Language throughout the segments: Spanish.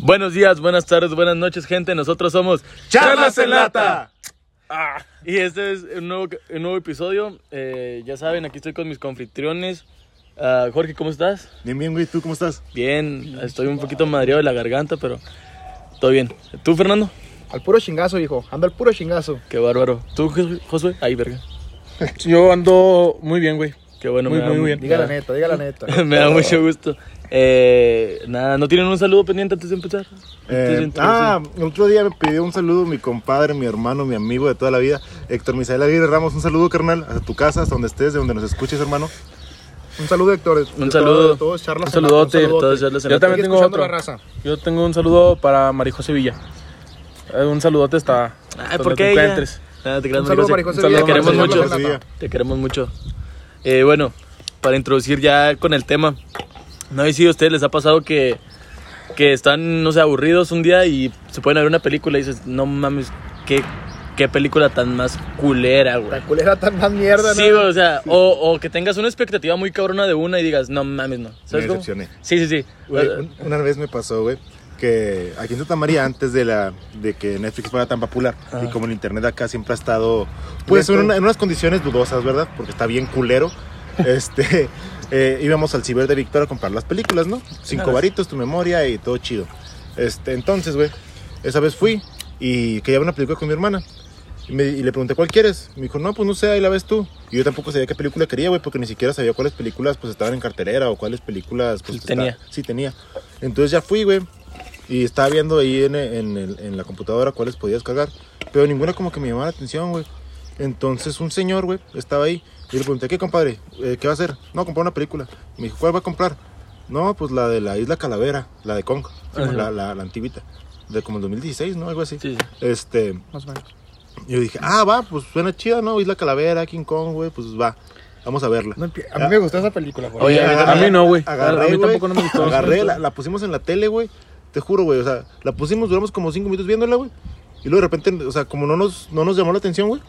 Buenos días, buenas tardes, buenas noches, gente. Nosotros somos Charlas en Lata. Ah, Y este es un nuevo, un nuevo episodio. Eh, ya saben, aquí estoy con mis confitriones. Ah, Jorge, ¿cómo estás? Bien, bien, güey, ¿tú cómo estás? Bien, estoy un poquito madreado de la garganta, pero todo bien. ¿Tú, Fernando? Al puro chingazo, hijo. Anda al puro chingazo. Qué bárbaro. ¿Tú, Jo- Josué? Ahí, verga. Yo ando muy bien, güey. Qué bueno. Muy, me da muy mu- bien. Diga la me neta, diga la neta. da- Me da mucho gusto. Eh, nada, ¿no tienen un saludo pendiente antes de empezar? Antes Eh, de entrar, ah, el otro día me pidió un saludo mi compadre, mi hermano, mi amigo de toda la vida, Héctor Misael Aguirre Ramos. Un saludo, carnal, hasta tu casa, hasta donde estés, de donde nos escuches, hermano. Un saludo, Héctor. de- Un de saludo. todo- de todos, charlas Un saludote, en la- un todos charlas en la- Yo también Sigue tengo escuchando otro. la raza. Yo tengo un saludo para Marijo Sevilla. Eh, un saludote hasta Ay, donde Ah, ¿por te qué ella? encuentres. Nada, Ah, te creas, Un saludo, María José. María José Un Te saludo, queremos María mucho. José Villa. Te queremos mucho. Eh, bueno, para introducir ya con el tema. No sé si a ustedes les ha pasado que, que están, no sé, aburridos un día y se pueden ver una película y dices, no mames, qué, qué película tan más culera, güey. La culera tan más mierda, Sí, ¿no? güey, o sea, o, o que tengas una expectativa muy cabrona de una y digas, no mames, no. ¿Sabes Me cómo? decepcioné. Sí, sí, sí. Güey, un- una vez me pasó, güey, que aquí en Santa María, antes de, la, de que Netflix fuera tan popular, y como el internet acá siempre ha estado, pues, en, una- en unas condiciones dudosas, ¿verdad? Porque está bien culero. Este, eh, íbamos al ciber de Victoria a comprar las películas, ¿no? Cinco varitos, tu memoria y todo chido. Este, entonces, güey, esa vez fui y quería ver una película con mi hermana. Y, me- y le pregunté, ¿cuál quieres? Me dijo, no, pues no sé, ahí la ves tú. Y yo tampoco sabía qué película quería, güey, porque ni siquiera sabía cuáles películas pues estaban en cartelera o cuáles películas pues Sí, tenía. sí, tenía. Entonces ya fui, güey, y estaba viendo ahí en, en el- en la computadora cuáles podía descargar. Pero ninguna como que me llamaba la atención, güey. Entonces un señor, güey, estaba ahí. Y le pregunté, ¿qué, compadre? Eh, ¿Qué va a hacer? No, comprar una película. Me dijo, ¿cuál va a comprar? No, pues la de la Isla Calavera, la de Kong, la, la, la antiguita. De como el 2016, ¿no? Algo así. Sí, sí. Este... Más o menos. Yo dije, ah, va, pues suena chida, ¿no? Isla Calavera, King Kong, güey, pues va. Vamos a verla. No empie- a mí me gustó esa película, güey. Oye, Agarré- a mí no, güey. agarré, A mí güey, tampoco no me gustó. Agarré, la, la pusimos en la tele, güey. Te juro, güey. O sea, la pusimos, duramos como cinco minutos viéndola, güey. Y luego de repente, o sea, como no nos, no nos llamó la atención, güey.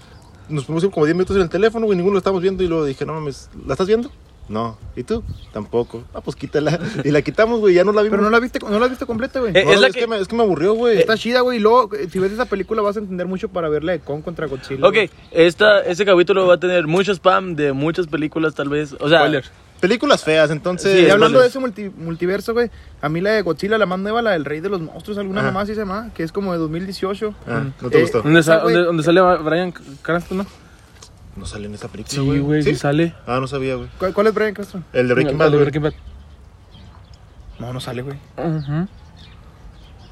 Nos pusimos como 10 minutos en el teléfono, güey, ninguno lo estábamos viendo. Y luego dije, no mames, ¿la estás viendo? No. ¿Y tú? Tampoco. Ah, pues quítala. Y la quitamos, güey, ya no la vimos. Pero no la viste, no la viste completa, güey. Eh, No, es la es, que- que... me, es que me aburrió, Eh, güey. Está chida, güey. Y luego, eh, si ves esa película, vas a entender mucho para verla de Kong contra Godzilla. Ok, güey. esta, este capítulo va a tener mucho spam de muchas películas, tal vez. O sea, Spoiler. Películas feas, entonces. Sí, Y es hablando malo. de ese multi- multiverso, güey, a mí la de Godzilla, la más nueva, la del Rey de los Monstruos, alguna Ajá. mamá así se llama, que es como de 2018. Ah, no te Eh, gustó. ¿Dónde, sa- Esa, güey. dónde- dónde sale Brian Cranston, no? No sale en esa película, Sí, güey, sí ¿Sí? sale. Ah, no sabía, güey. ¿Cuál, cuál es Brian Cranston? El de Breaking Bad, El de güey. Breaking Bad. No, no sale, güey. Ujú.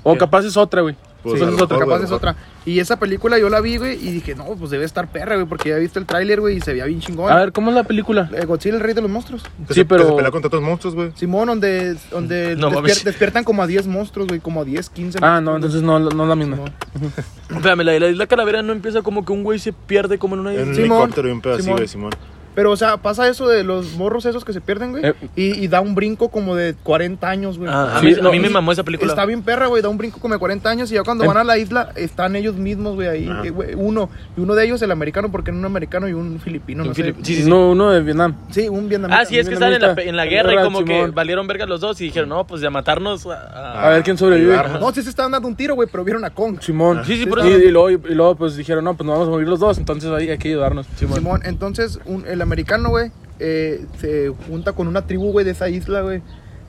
O capaz es otra, güey. Pues, sí, a es lo otra, mejor, capaz güey, es a lo otra. Y esa película yo la vi, güey, y dije, no, pues debe estar perra, güey, porque ya he visto el tráiler, güey, y se veía bien chingón. A ver, ¿cómo es la película? Eh, Godzilla, el rey de los monstruos. Que Sí, se- que pero- se pelea contra otros monstruos, güey. Simón, donde, donde No despier- mames. despiertan como a 10 monstruos, güey, como a 10, 15. Ah, no, monstruos, entonces no, no es la güey. misma. Simón. Espérame, la de la Isla Calavera no empieza como que un güey se pierde como en una... En un Simón, helicóptero y un pedo así, Simón. güey, Simón. Pero, o sea, pasa eso de los morros esos que se pierden, güey, Eh. y, y da un brinco como de 40 años, güey. Ah, a, Sí, mí, no, a mí me y- mamó esa película. Está bien perra, güey, da un brinco como de 40 años y ya cuando En- van a la isla están ellos mismos, güey, ahí, Ajá. eh, güey, uno. Y uno de ellos el americano, porque era un americano y un filipino, Un no filip- sé. Sí, sí, sí. No, uno de Vietnam. Sí, un vietnamita. Ah, sí, es que Vietnamita. están en la, pe- en la guerra y Guerra, como que Simón. valieron verga los dos y dijeron, no, pues de a matarnos. a- A ver quién sobrevive. Ayudarnos. No, sí se estaban dando un tiro, güey, pero vieron a Kong. Simón. Sí, sí, por y, eso. y luego, y luego, pues dijeron, no, pues nos vamos a morir los dos, entonces hay, hay que ayudarnos. Simón, entonces un- el americano, güey, eh, se junta con una tribu, güey, de esa isla, güey.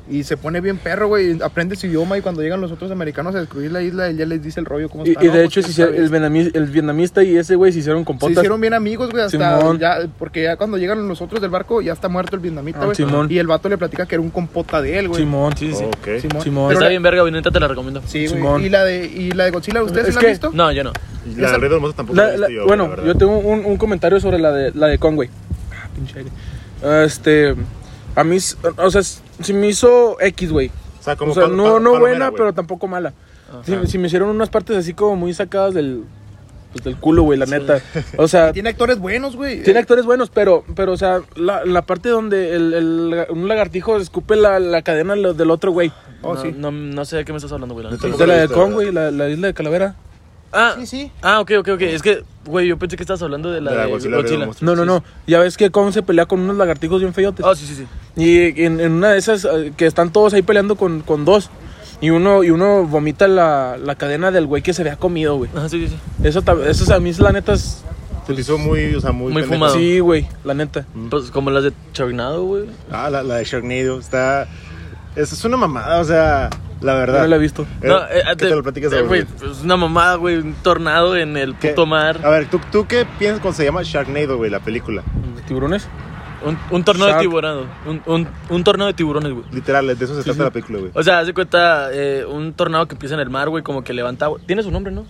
Y se pone bien perro, güey. Aprende su idioma y cuando llegan los otros americanos a descubrir la isla, él ya les dice el rollo cómo Y, está. y ¿no? de Pues, hecho, sí, se está hicieron- bien. el, vietnamita, el vietnamista y ese güey se hicieron se compotas. hicieron bien amigos, güey, hasta Simón. ya, porque ya cuando llegan los otros del barco ya está muerto el vietnamita, Ah, güey. Simón. y el vato le platica que era un compota de él, güey. Simón, sí, sí. Ok. Simón. Simón. Pero Está la- bien verga, güey, neta te la recomiendo. Sí, Simón. güey. Y la de y la de Godzilla, ¿ustedes Es la que- han visto? No, yo no. Y La de Red Hermosa tampoco La- la he visto la- yo, bueno, güey, la yo verdad. tengo un, un comentario sobre la de la de Conway. Ah, pinche aire. Este, a mí, s- o sea, s- si me hizo X, güey. O sea, como O sea, pal- no, pal- no palomera, buena, güey. pero tampoco mala. Si, si me hicieron unas partes así como muy sacadas del, pues, del culo, güey, la neta. O sea, Tiene actores buenos, güey. tiene Eh, actores buenos, pero, pero o sea, la, la parte donde el, el- un lagartijo escupe la, la cadena lo- del otro, güey. Oh, no, sí. no, no sé de qué me estás hablando, güey. la No neta. te- Es de la de Tampoco la he visto, Kong, güey, la, la isla de Calavera. Ah, Sí, sí. ah, ok, ok, ok. Es que, güey, yo pensé que estabas hablando de la De la de Godzilla, Godzilla. Red Hermosa. No, no, no. Ya ves que Kong se pelea con unos lagartijos bien feyotes. Ah, Oh, sí, sí, sí. Y en, en una de esas eh, que están todos ahí peleando con, con dos. Y uno, y uno vomita la, la cadena del güey que se había comido, güey. Ajá, sí, sí, sí. Eso, ta- eso a mí, la neta, es... Se te hizo muy, o sea, muy... Muy pendejo. fumado. Sí, güey, la neta. Pues como las de Charnado, güey. Ah, la, la de Sharknado. Está... Esa es una mamada, o sea, la verdad. No la he visto. Eh, eh, ¿qué te lo platicas eh, ahora, güey, güey? Es una mamada, güey. Un tornado en el ¿Qué? Ah. puto A mar. ver, ¿tú, ¿tú qué piensas cuando se llama Sharknado, güey, la película? ¿Tiburones? Un, un torneo Shark. de tiburón. Un, un, un torneo de tiburones, güey. Literal, de eso se trata la película, güey. O sea, haz de cuenta eh, un tornado que empieza en el mar, güey, como que levanta. agua. Tiene su nombre, ¿no?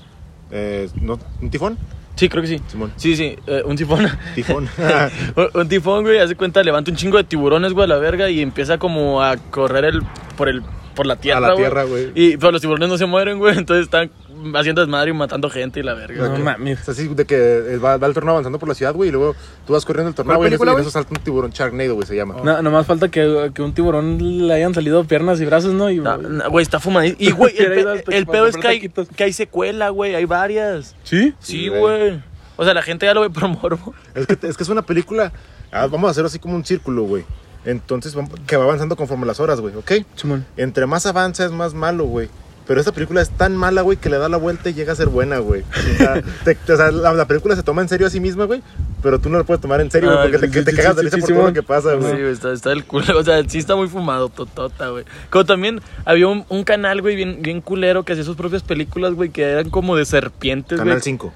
Eh, ¿no? ¿Un tifón? Sí, creo que sí. Simón. Sí, sí, eh, un tifón. Tifón. Un- un tifón, güey, hace cuenta, levanta un chingo de tiburones, güey, a la verga y empieza como a correr el, por, el, por la tierra. A la tierra, güey. Y pero los tiburones no se mueren, güey, entonces están haciendo desmadre y matando gente y la verga. No güey. mames. Es así de que eh, va, va el tornado avanzando por la ciudad, güey, y luego tú vas corriendo el tornado, ¿Cuál güey, y en eso- película, y en güey? eso salta un tiburón, Sharknado, güey, se llama. Ah. No, nomás falta que, que un tiburón le hayan salido piernas y brazos, ¿no? Y, No, no, güey, está fumadísimo. Y, güey, el, Hubiera ido al pe- el pa- pedo es comprar que hay, taquitos. que hay secuela, güey, hay varias. ¿Sí? Sí, Sí, güey. O sea, la gente ya lo ve por morbo. Es que, es que es una película. ah, vamos a hacer así como un círculo, güey. Entonces, vam- que va avanzando conforme las horas, güey, ¿ok? Simón. Entre más avanza es más malo, güey. Pero esta película es tan mala, güey, que le da la vuelta y llega a ser buena, güey. O sea, te- o sea, la, la película se toma en serio a sí misma, güey. Pero tú no la puedes tomar en serio, Ah, güey, porque te, sí, que te sí, cagas sí, de sí, risa sí, por todo Simón. lo que pasa, Sí, Tota, güey. güey, está, está del culo. O sea, sí está muy fumado, totota, güey. Como también había un, un canal, güey, bien, bien culero que hacía sus propias películas, güey, que eran como de serpientes, güey. Canal 5.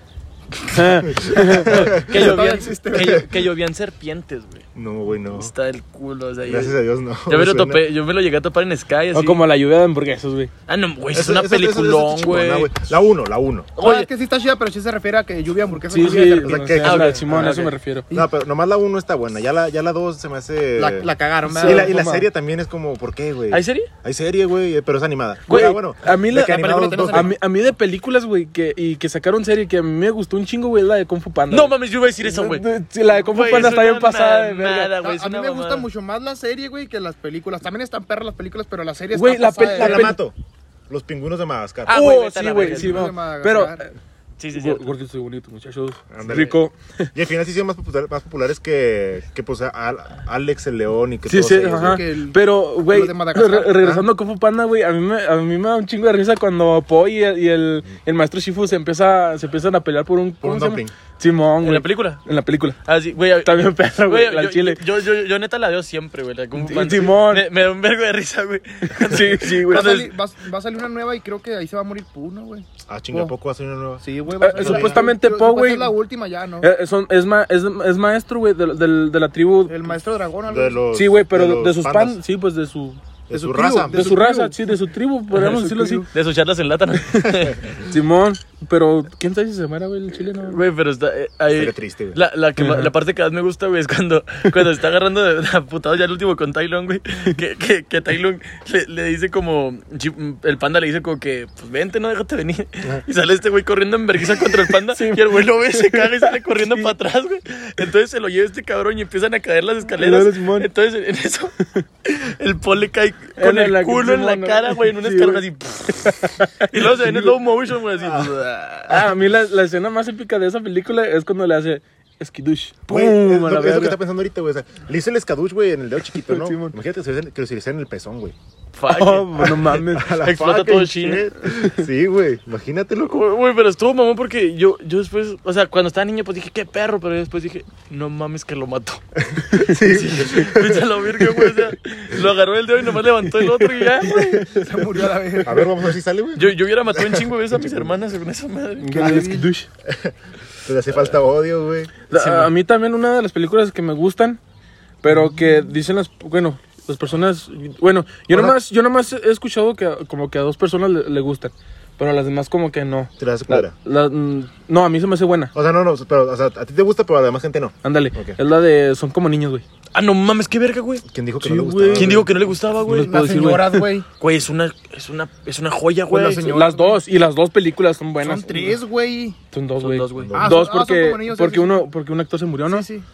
Que Todavía llovían, existe, que, güey. llo- que llovían serpientes, güey. No, güey, no. Está del culo, o sea. yo- Oh. Gracias a Dios, no. Yo me, lo Suena- topé, yo me lo llegué a topar en Sky, así. O como la lluvia de hamburguesas, güey. Ah, no, güey, es Eso- una eso- eso- eso está peliculón, chingona, Ah, güey. La 1, la 1. O sea, Oye, es que sí está chida, pero sí se refiere a que lluvia hamburguesa. Sí, con sí. lluvia de o serpiente. que- sea, ah, la- ok. Simón, Ah, a eso ok. me refiero. No, pero nomás la 1 está buena. Ya la, ya la 2 se me hace. La, la cagaron, y, ¿verdad? la, y la Fuma. serie también es como, ¿por qué, güey? ¿hay serie? Hay serie, güey, eh, pero es animada. Güey, Ah, bueno, a mí de la- que la animados película dos- tiene A mí, a mí de películas, güey, que, y que sacaron serie que a mí me gustó un chingo, güey, es la de Kung Fu Panda. No güey. mames, yo iba a decir eso, güey. Sí, La de Kung Fu Güey, Panda es está una bien pasada de mamada, verga. güey, es A, a mí una me gusta mamada. mucho más la serie, güey, que las películas. También están perras las películas, pero la serie Güey, la está pel- pasada. Te de- la pe- mato. Los pingüinos de Madagascar. Ah, güey, Oh, vete a sí, la güey, verga, sí, el vamos. problema de Pero, agarrar. Sí, sí, sí. Gor- gorditos y bonitos, muchachos. Ándale. Rico. Y al final sí son más, popular- más populares que, que pues, a- a- Alex el León y que Sí, todos sí, ellos, ajá. güey. que el- Pero, güey, los de Madagascar. re- Ah. regresando a Kung Fu Panda, güey, a mí, me, a mí me da un chingo de risa cuando Po y el, y el, el maestro Shifu se, empieza, se empiezan a pelear por un... Por ¿cómo un se llama? dumpling. Simón, ¿En güey. la película? En la película. Ah, sí, güey. Está bien perro, güey, la yo- al chile. Yo, yo, yo, yo neta la veo siempre, güey. la Kung Fu Panda. Timón. Me, me da un vergo de risa, güey. Sí, Va sí, güey. a, salir, va, va a salir una nueva y creo que ahí se va a morir Puno, güey. Ah, chinga, ¿a Oh. poco hace una nueva. Sí, güey. va a Eh, salir- supuestamente Creo- Po, va a ser güey. la última ya, ¿no? Eh, eh, son- es, ma- es, es maestro, güey, de, del- de la tribu. El maestro dragón, algo. De los- Sí, güey, pero de, los sus pandas, pan, sí, pues de su, De su su raza. tribu, de De su, su raza, tribu. sí, de su tribu, podríamos De su decirlo así. tribu. De sus charlas en lata, ¿no? Simón, pero quién sabe si se muera, güey, el chile, no. Güey, pero está. eh, ahí- Estaría triste, güey. La, la, que ma- Ajá. la parte que más me gusta, güey, es cuando, cuando se está agarrando de, de a putadas ya el último con Tylon, güey. Que, que, que Tylon le, le dice como. Chip- El panda le dice como que, pues vente, no déjate venir. Y sale este güey corriendo en vergüenza contra el panda. Y el güey lo ve, se caga y sale corriendo para atrás, güey. Entonces se lo lleva este cabrón y empiezan a caer las escaleras. Claro, Simón. Entonces en eso, el pol le cae con En el la- culo en la Simón, cara, güey, en una sí, escalera güey. así. Y luego se ve en slow motion, güey, así. Ah, a mí la, la escena más épica de esa película es cuando le hace Skidush. ¡Pum! Güey, es, a lo, la es lo que está verga. pensando ahorita, güey. O sea, le hice el escaduch, güey, en el dedo chiquito, ¿no? Simón. Imagínate que lo utilicé en el pezón, güey. Fuck. Oh, no mames. A la Explota fucking todo China. shit. Sí, güey. Imagínatelo, Güey, güey, pero estuvo mamón porque yo, yo después, o sea, cuando estaba niño, pues dije, qué perro, pero después dije, no mames que lo mató. Vete Pues a la virgen, güey, o sea, lo agarró el dedo y nomás levantó el otro y ya, güey. Se murió a la vez. A ver, vamos a ver si sale, güey. Yo, yo hubiera matado un chingo de veces a mis hermanas con esa madre. Que le hace Skidush. Le hace falta odio, güey. La- a mí también una de las películas que me gustan, pero que dicen las, bueno, las personas, bueno, yo Bueno. nomás, yo nomás he escuchado que a- como que a dos personas le, le gustan, pero a las demás como que no. Te la hace culera. La- la- mm, no, a mí se me hace buena. O sea, no, no, pero, o sea, a ti te gusta, pero a la demás gente no. Ándale, Ok. es la de Son como niños, güey. Ah, no mames, qué verga, güey. ¿Quién dijo que Sí, no le güey. gustaba? ¿Quién güey? dijo que no le gustaba, güey? No Las puedo decir, güey. señoras, güey. Güey, es una, es una, es una joya, güey. Bueno, señor. Pues Las dos, y las dos películas son buenas. Son tres, güey. Son dos, Son güey. dos, güey. Dos, Ah, son- ah, son porque, como niños, sí, porque sí, sí. uno, porque un actor se murió, ¿no? Sí, sí.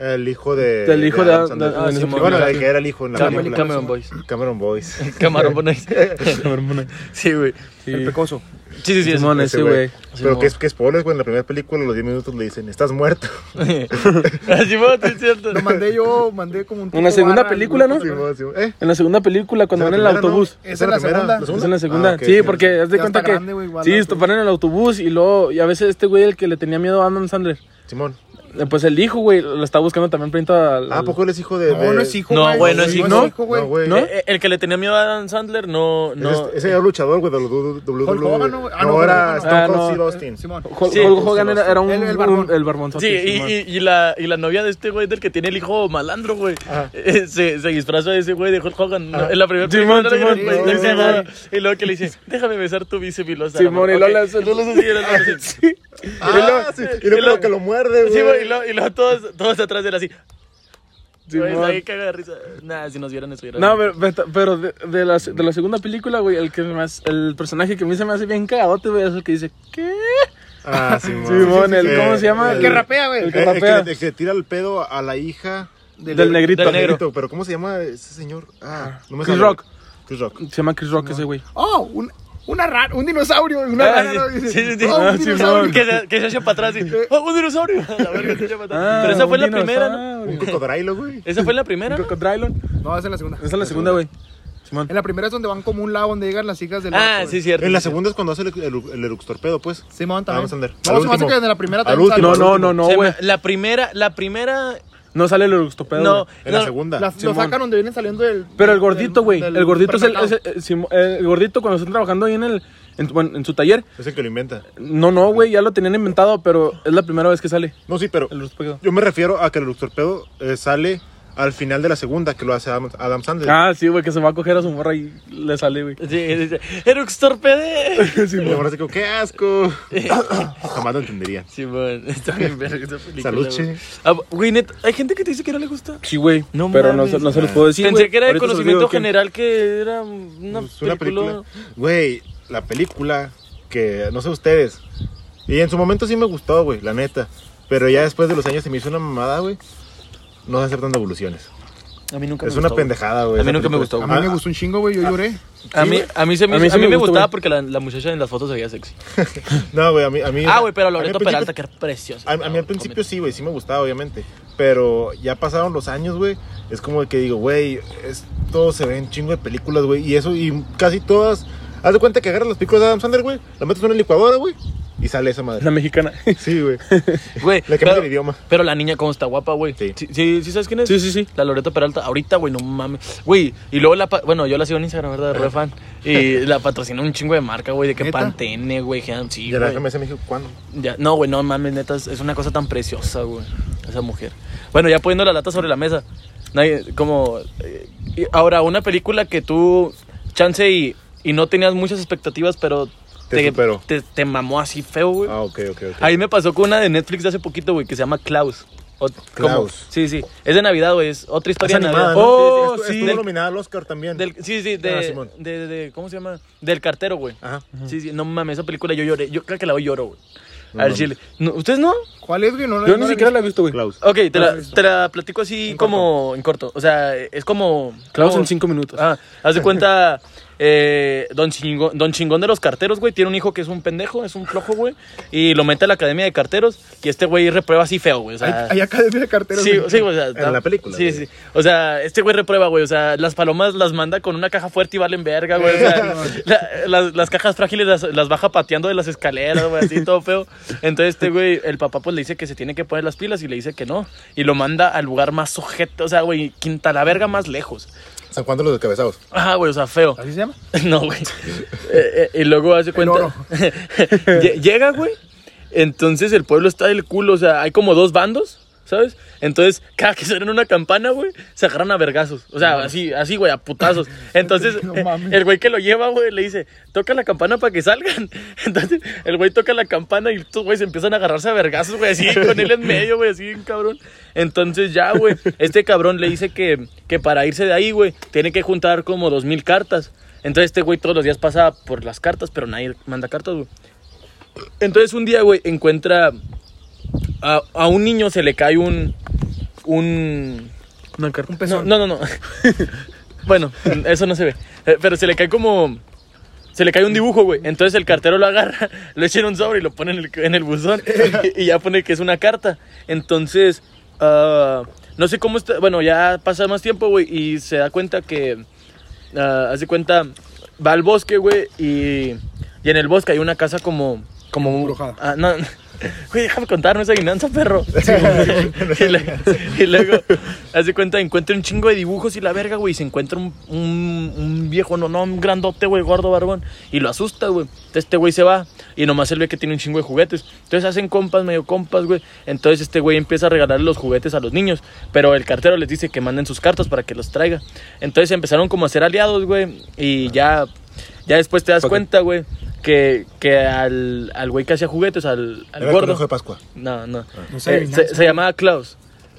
El hijo de. Del hijo de- Adam de- Sandler. ah, Sí, Simón. Bueno, el que era el hijo en la Cameron- película. Cameron Boyce. Cameron Boyce. Camarón Bonet. Sí, güey. El pecoso. Sí, sí, sí. Simón, es- ese güey. Pero Simón. que es, que spoilers, güey. En la primera película, a los 10 minutos le dicen, estás muerto. Ah, Simón, sí, es cierto. Lo mandé yo, mandé como un. En la tipo segunda barra, película, ¿no? güey. Simón, Simón. ¿Eh? En la segunda película, cuando ¿Esa van la en el primera, no? autobús. Esa es la primera? segunda. Es en la segunda. Ah, ok, sí, ok. porque haz de Ya cuenta está que. grande, güey, igual, sí, la esto van en el autobús y luego. Y a veces este güey, el que le tenía miedo a Adam Sandler. Simón. eh, Pues el hijo, güey, lo está buscando también printa al. Ah, al- poco él es hijo de. No, no es hijo. No, güey, no es hijo. No es hijo, No, güey. güey. ¿No? Es Eh, El que le tenía miedo a Adam Sandler, no. no. este- Ese era luchador, güey, de los Hulk Hogan, ¿no, WWE. güey? Ah, no, era Hulk Stone Hogan, no. Cold Ah, Steve no. Austin. Simón. Hol- Sí. Hulk Hogan era, era un. El- el un- barbón. el barbonzote, Sí, y, Simón. y- y la, y la novia de este güey, del que tiene el hijo malandro, güey, eh, se, se disfraza de ese güey de Hulk Hogan. ¿no? En la primera Simón, película, ¿no? Simón, Le- le- Simón. le- le- Y luego que le dice, déjame besar tu bíceps y lo hace. Simón, y Ok. luego le hace- Y luego le hace así, y luego le hace así. Ah, sí. Y y lo- luego que lo muerde, Sí, güey, y güey. luego, y luego todos, todos atrás de él así. Simón. Güey, pues, ahí caga de risa. Nah, si nos vieran eso. hubieran- No, pero, pero- pero de, de la, de la segunda película, güey, el, que más, el personaje que a mí se me hace bien cagadote, güey, es el que dice, ¿qué? Ah, Simón. Simón, el- Eh, ¿cómo se llama? El que rapea, güey. que El que, el que rapea. le- el que tira el pedo a la hija Del, negrito. del negro. del negrito, Pero ¿cómo se llama ese señor? Ah, no me Chris sale. Rock. Chris Rock. Se llama Chris Rock ese güey. Oh, un, una rara, un dinosaurio. Una Ah, rana, sí. Sí, ¿no? sí, sí. Oh, Ah, un Simón. dinosaurio. Que se, que se echa para atrás y. ¡Oh, un dinosaurio! A la verga, se echa para atrás. Ah, pero esa fue la primera, ¿no? Un ¿no? cocodrilo, güey. Esa fue la primera. ¿no? No, esa es la segunda. Esa es la segunda, güey. Simón. En la primera es donde van como un lago donde llegan las hijas del. Ah, orco, sí, güey. cierto. En la sí, cierto. segunda es cuando hace el, el, el eruxtorpedo, pues. Simón Ah, también. vamos a andar. No, Al se me hace último. que en la primera Al también último. No, sale. no, no, no, Se güey. me- La primera, la primera. No sale el eructopeo. No, En no, la segunda. Las- Lo Simón. sacan donde vienen saliendo del. Pero el del- gordito, güey. del El gordito es el, es supermercado. el- Simón- el gordito cuando están trabajando ahí en el en, bueno, en su taller. Es el que lo inventa. No, no, güey, ya lo tenían inventado, pero es la primera vez que sale No, sí, pero el eructopeo. yo me refiero a que el eructorpedo eh, sale al final de la segunda, que lo hace Adam, Adam Sandler. Ah, sí, güey, que se va a coger a su morra y le sale, güey. Sí, dice, Erux Torpede. Y la verdad es que, qué asco. Jamás lo entendería. Simón, está bien verga esa película. Salud, güey. che. Ah, Güey, neta, hay gente que te dice que no le gusta. Sí, güey. No pero no, mames. se- no se los puedo decir. Pensé güey. que era de Ahorita se los conocimiento digo, ¿qué? general que era una, Es película. una película. Güey, la película que no sé ustedes. Y en su momento sí me gustó, güey, la neta. Pero ya después de los años se me hizo una mamada, güey. No aceptando evoluciones. A mí nunca me Es una gustó, güey. pendejada, güey. A mí esa nunca me película. gustó, A güey. mí me gustó un chingo, güey. Yo lloré. A mí, a mí, se me, A mí sí a mí me me gustó, gustaba güey. porque la, la muchacha en las fotos se veía sexy. No, güey, a mí. A mí Ah, güey, pero a mí al Loreto principio- Peralta, que era preciosa. A, a mí al principio sí, güey, sí me gustaba, obviamente. Pero ya pasaron los años, güey. Es como que digo, güey, esto se ve en chingo de películas, güey. Y eso, y casi todas. Haz de cuenta que agarras las películas de Adam Sandler, güey. La metes en una licuadora, güey. Y sale esa madre. La mexicana. Sí, güey. Güey, Le pero, cambias el idioma. pero la niña como está guapa, güey. Sí. Sí. Sí, sí, ¿sabes quién es? Sí, sí, sí. La Loreto Peralta, ahorita, güey, no mames. Güey, y luego la. pa- Bueno, yo la sigo en Instagram, ¿verdad? Re fan. Y la patrocina un chingo de marca, güey, de que ¿Neta? Pantene, güey. Hean- Sí, Y la güey. déjame me dijo, ¿cuándo? Ya, no, güey, no mames, neta, es, es una cosa tan preciosa, güey, esa mujer. Bueno, ya poniendo la lata sobre la mesa, nadie- como, eh, y ahora, una película que tú, chance y, y no tenías muchas expectativas, pero Te superó. te, te mamó así feo, güey. Ah, ok, ok, ok. Ahí me pasó con una de Netflix de hace poquito, güey, que se llama Klaus. O- como- Klaus. sí, sí, es de Navidad, güey, es otra historia Es de animada, Navidad. ¿no? Oh, Sí, estu- sí. Estuvo Del- nominada al Oscar también. Del- sí, sí, de, Ah, Simón. de- de- ¿cómo se llama? Del cartero, güey. Ajá. Sí, sí, no mames, esa película yo lloré, yo creo que la voy lloro, güey. Al chile. No, ¿Ustedes no? ¿Cuál es, güey? No, Yo no ni siquiera la he visto, güey. Klaus. Ok, te la, te la platico así como en corto. O sea, es como. Klaus como- en cinco minutos. Ah, haz de cuenta. eh, don, chingón, don Chingón de los carteros, güey, tiene un hijo que es un pendejo, es un flojo, güey. Y lo mete a la academia de carteros. Y este güey reprueba así feo, güey. O sea, Hay, hay academia de carteros. Sí, güey. sí, o sea, En la película, Sí, güey. sí. O sea, este güey reprueba, güey. O sea, las palomas las manda con una caja fuerte y valen verga, güey. O sea, la- las, las cajas frágiles las, las baja pateando de las escaleras, güey, así todo feo. Entonces, este güey, el papá, pues le dice que se tiene que poner las pilas y le dice que no. Y lo manda al lugar más sujeto, o sea, güey, quinta la verga más lejos. San Juan de los Descabezados. Ajá, güey, o sea, feo. ¿Así se llama? No, güey. Eh, eh, y luego hace cuenta. oro. Lle- Llega, güey. Entonces el pueblo está del culo. O sea, hay como dos bandos, ¿sabes? Entonces, cada que suena una campana, güey, se agarran a vergazos. O sea, así, así, güey, a putazos. Entonces, No eh, mames. el güey que lo lleva, güey, le dice, toca la campana para que salgan. Entonces, el güey toca la campana y estos güeyes empiezan a agarrarse a vergazos, güey, así, con él en medio, güey, así, bien cabrón. Entonces, ya, güey, este cabrón le dice que, que para irse de ahí, güey, tiene que juntar como dos mil cartas. Entonces, este güey todos los días pasa por las cartas, pero nadie manda cartas, güey. Entonces, un día, güey, encuentra. A, a un niño se le cae un. un... Una carta. Un pezón. No, no, no. no. bueno, eso no se ve. Eh, Pero se le cae como... Se le cae un dibujo, güey. Entonces el cartero lo agarra, lo echa en un sobre y lo pone en el, en el buzón. y, y ya pone que es una carta. Entonces, ah, no sé cómo está... Bueno, ya pasa más tiempo, güey. Y se da cuenta que... ah, hace cuenta, va al bosque, güey. Y, y en el bosque hay una casa como... Como Embrujada. Ah, no. Güey, déjame contarme esa guinanza, perro. y, le- y luego, hace cuenta, encuentra un chingo de dibujos y la verga, güey. Y se encuentra un, un, un viejo, no, no, un grandote, güey, gordo, barbón. Y lo asusta, güey. Entonces este güey se va y nomás él ve que tiene un chingo de juguetes. Entonces hacen compas, medio compas, güey. Entonces este güey empieza a regalarle los juguetes a los niños. Pero el cartero les dice que manden sus cartas para que los traiga. Entonces empezaron como a ser aliados, güey. Y ya ya después te das cuenta, güey, que, que al, al güey que hacía juguetes, al, al Era el conejo de Ah. gordo. Pascua. No, no. No sé, Eh, adivinanza, se, se llamaba Klaus.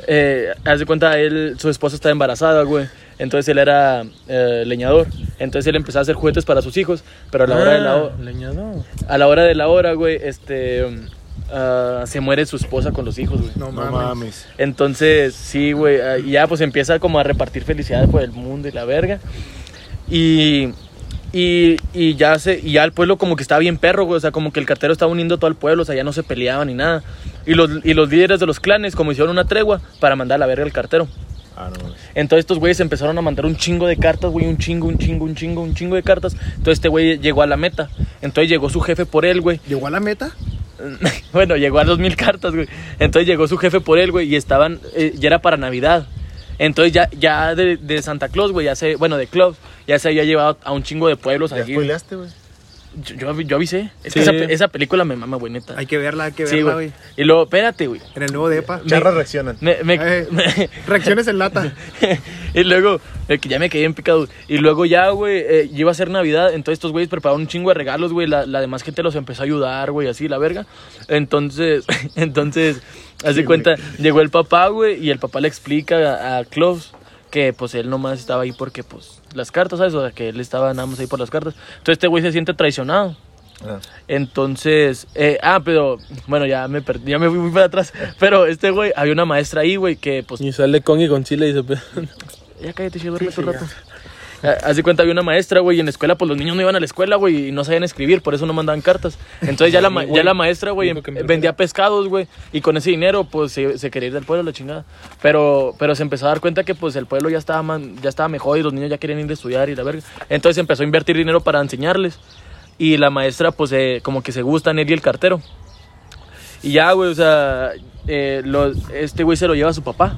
Eh, haz de cuenta, él, su esposa estaba embarazada, güey. Entonces él era eh, leñador. Entonces él empezaba a hacer juguetes para sus hijos. Pero a la hora de Ah. la, ho- Leñado. a la hora de la hora, güey, este um, ah, se muere su esposa con los hijos, güey. No, No mames. mames. Entonces, sí, güey, ah, y ya pues empieza como a repartir felicidad por el mundo y la verga. Y, y, y ya se, y ya el pueblo como que estaba bien perro, güey, o sea, como que el cartero estaba uniendo a todo el pueblo, o sea, ya no se peleaban ni nada. Y los, y los líderes de los clanes como hicieron una tregua para mandar a la verga al cartero. Ah, no mames. Entonces estos güeyes empezaron a mandar un chingo de cartas, güey, un chingo, un chingo, un chingo, un chingo de cartas. Entonces este güey llegó a la meta. Entonces llegó su jefe por él, güey. ¿Llegó a la meta? Bueno, llegó a dos mil cartas, güey. Entonces llegó su jefe por él, güey, y estaban, eh, ya era para Navidad. Entonces ya, ya de, de Santa Claus, güey, ya se, bueno, de Claus, ya se había llevado a un chingo de pueblos Ya aquí. spoileaste, güey. Yo, yo, yo avisé. Es que Sí. esa, pe- esa película me mama, güey, neta. Hay que verla, hay que sí, verla, güey. güey. Y luego, espérate, güey. En el nuevo depa. Charras reaccionan. Me- me- Eh, reacciones en lata. y luego, eh, que ya me quedé en picado. Y luego ya, güey, eh, iba a ser Navidad. Entonces estos güeyes prepararon un chingo de regalos, güey. La, la demás gente los empezó a ayudar, güey, así, la verga. Entonces, entonces, hace cuenta, llegó el papá, güey, y el papá le explica a, a Klaus que pues él nomás estaba ahí porque, pues, las cartas, ¿sabes? O sea, que él estaba nada más ahí por las cartas. Entonces este güey se siente traicionado. Ah. Entonces, eh, ah, pero bueno, ya me perdí, ya me fui muy para atrás. Pero este güey, había una maestra ahí, güey, que pues Y sale con y con chile y se pe- ya cállate, che, duerme un rato. Ah, Haz de cuenta, había una maestra, güey, y en la escuela, pues los niños no iban a la escuela, güey, y no sabían escribir, por eso no mandaban cartas. Entonces ya la, ma- ya la maestra, güey, Dijo que me vendía pescados, güey, y con ese dinero, pues se, se quería ir del pueblo, la chingada. Pero, pero se empezó a dar cuenta que, pues, el pueblo ya estaba, man- ya estaba mejor y los niños ya querían ir a estudiar y la verga. Entonces empezó a invertir dinero para enseñarles. Y la maestra, pues, eh, como que se gustan él y el cartero. Y ya, güey, o sea, eh, lo- este güey se lo lleva a su papá.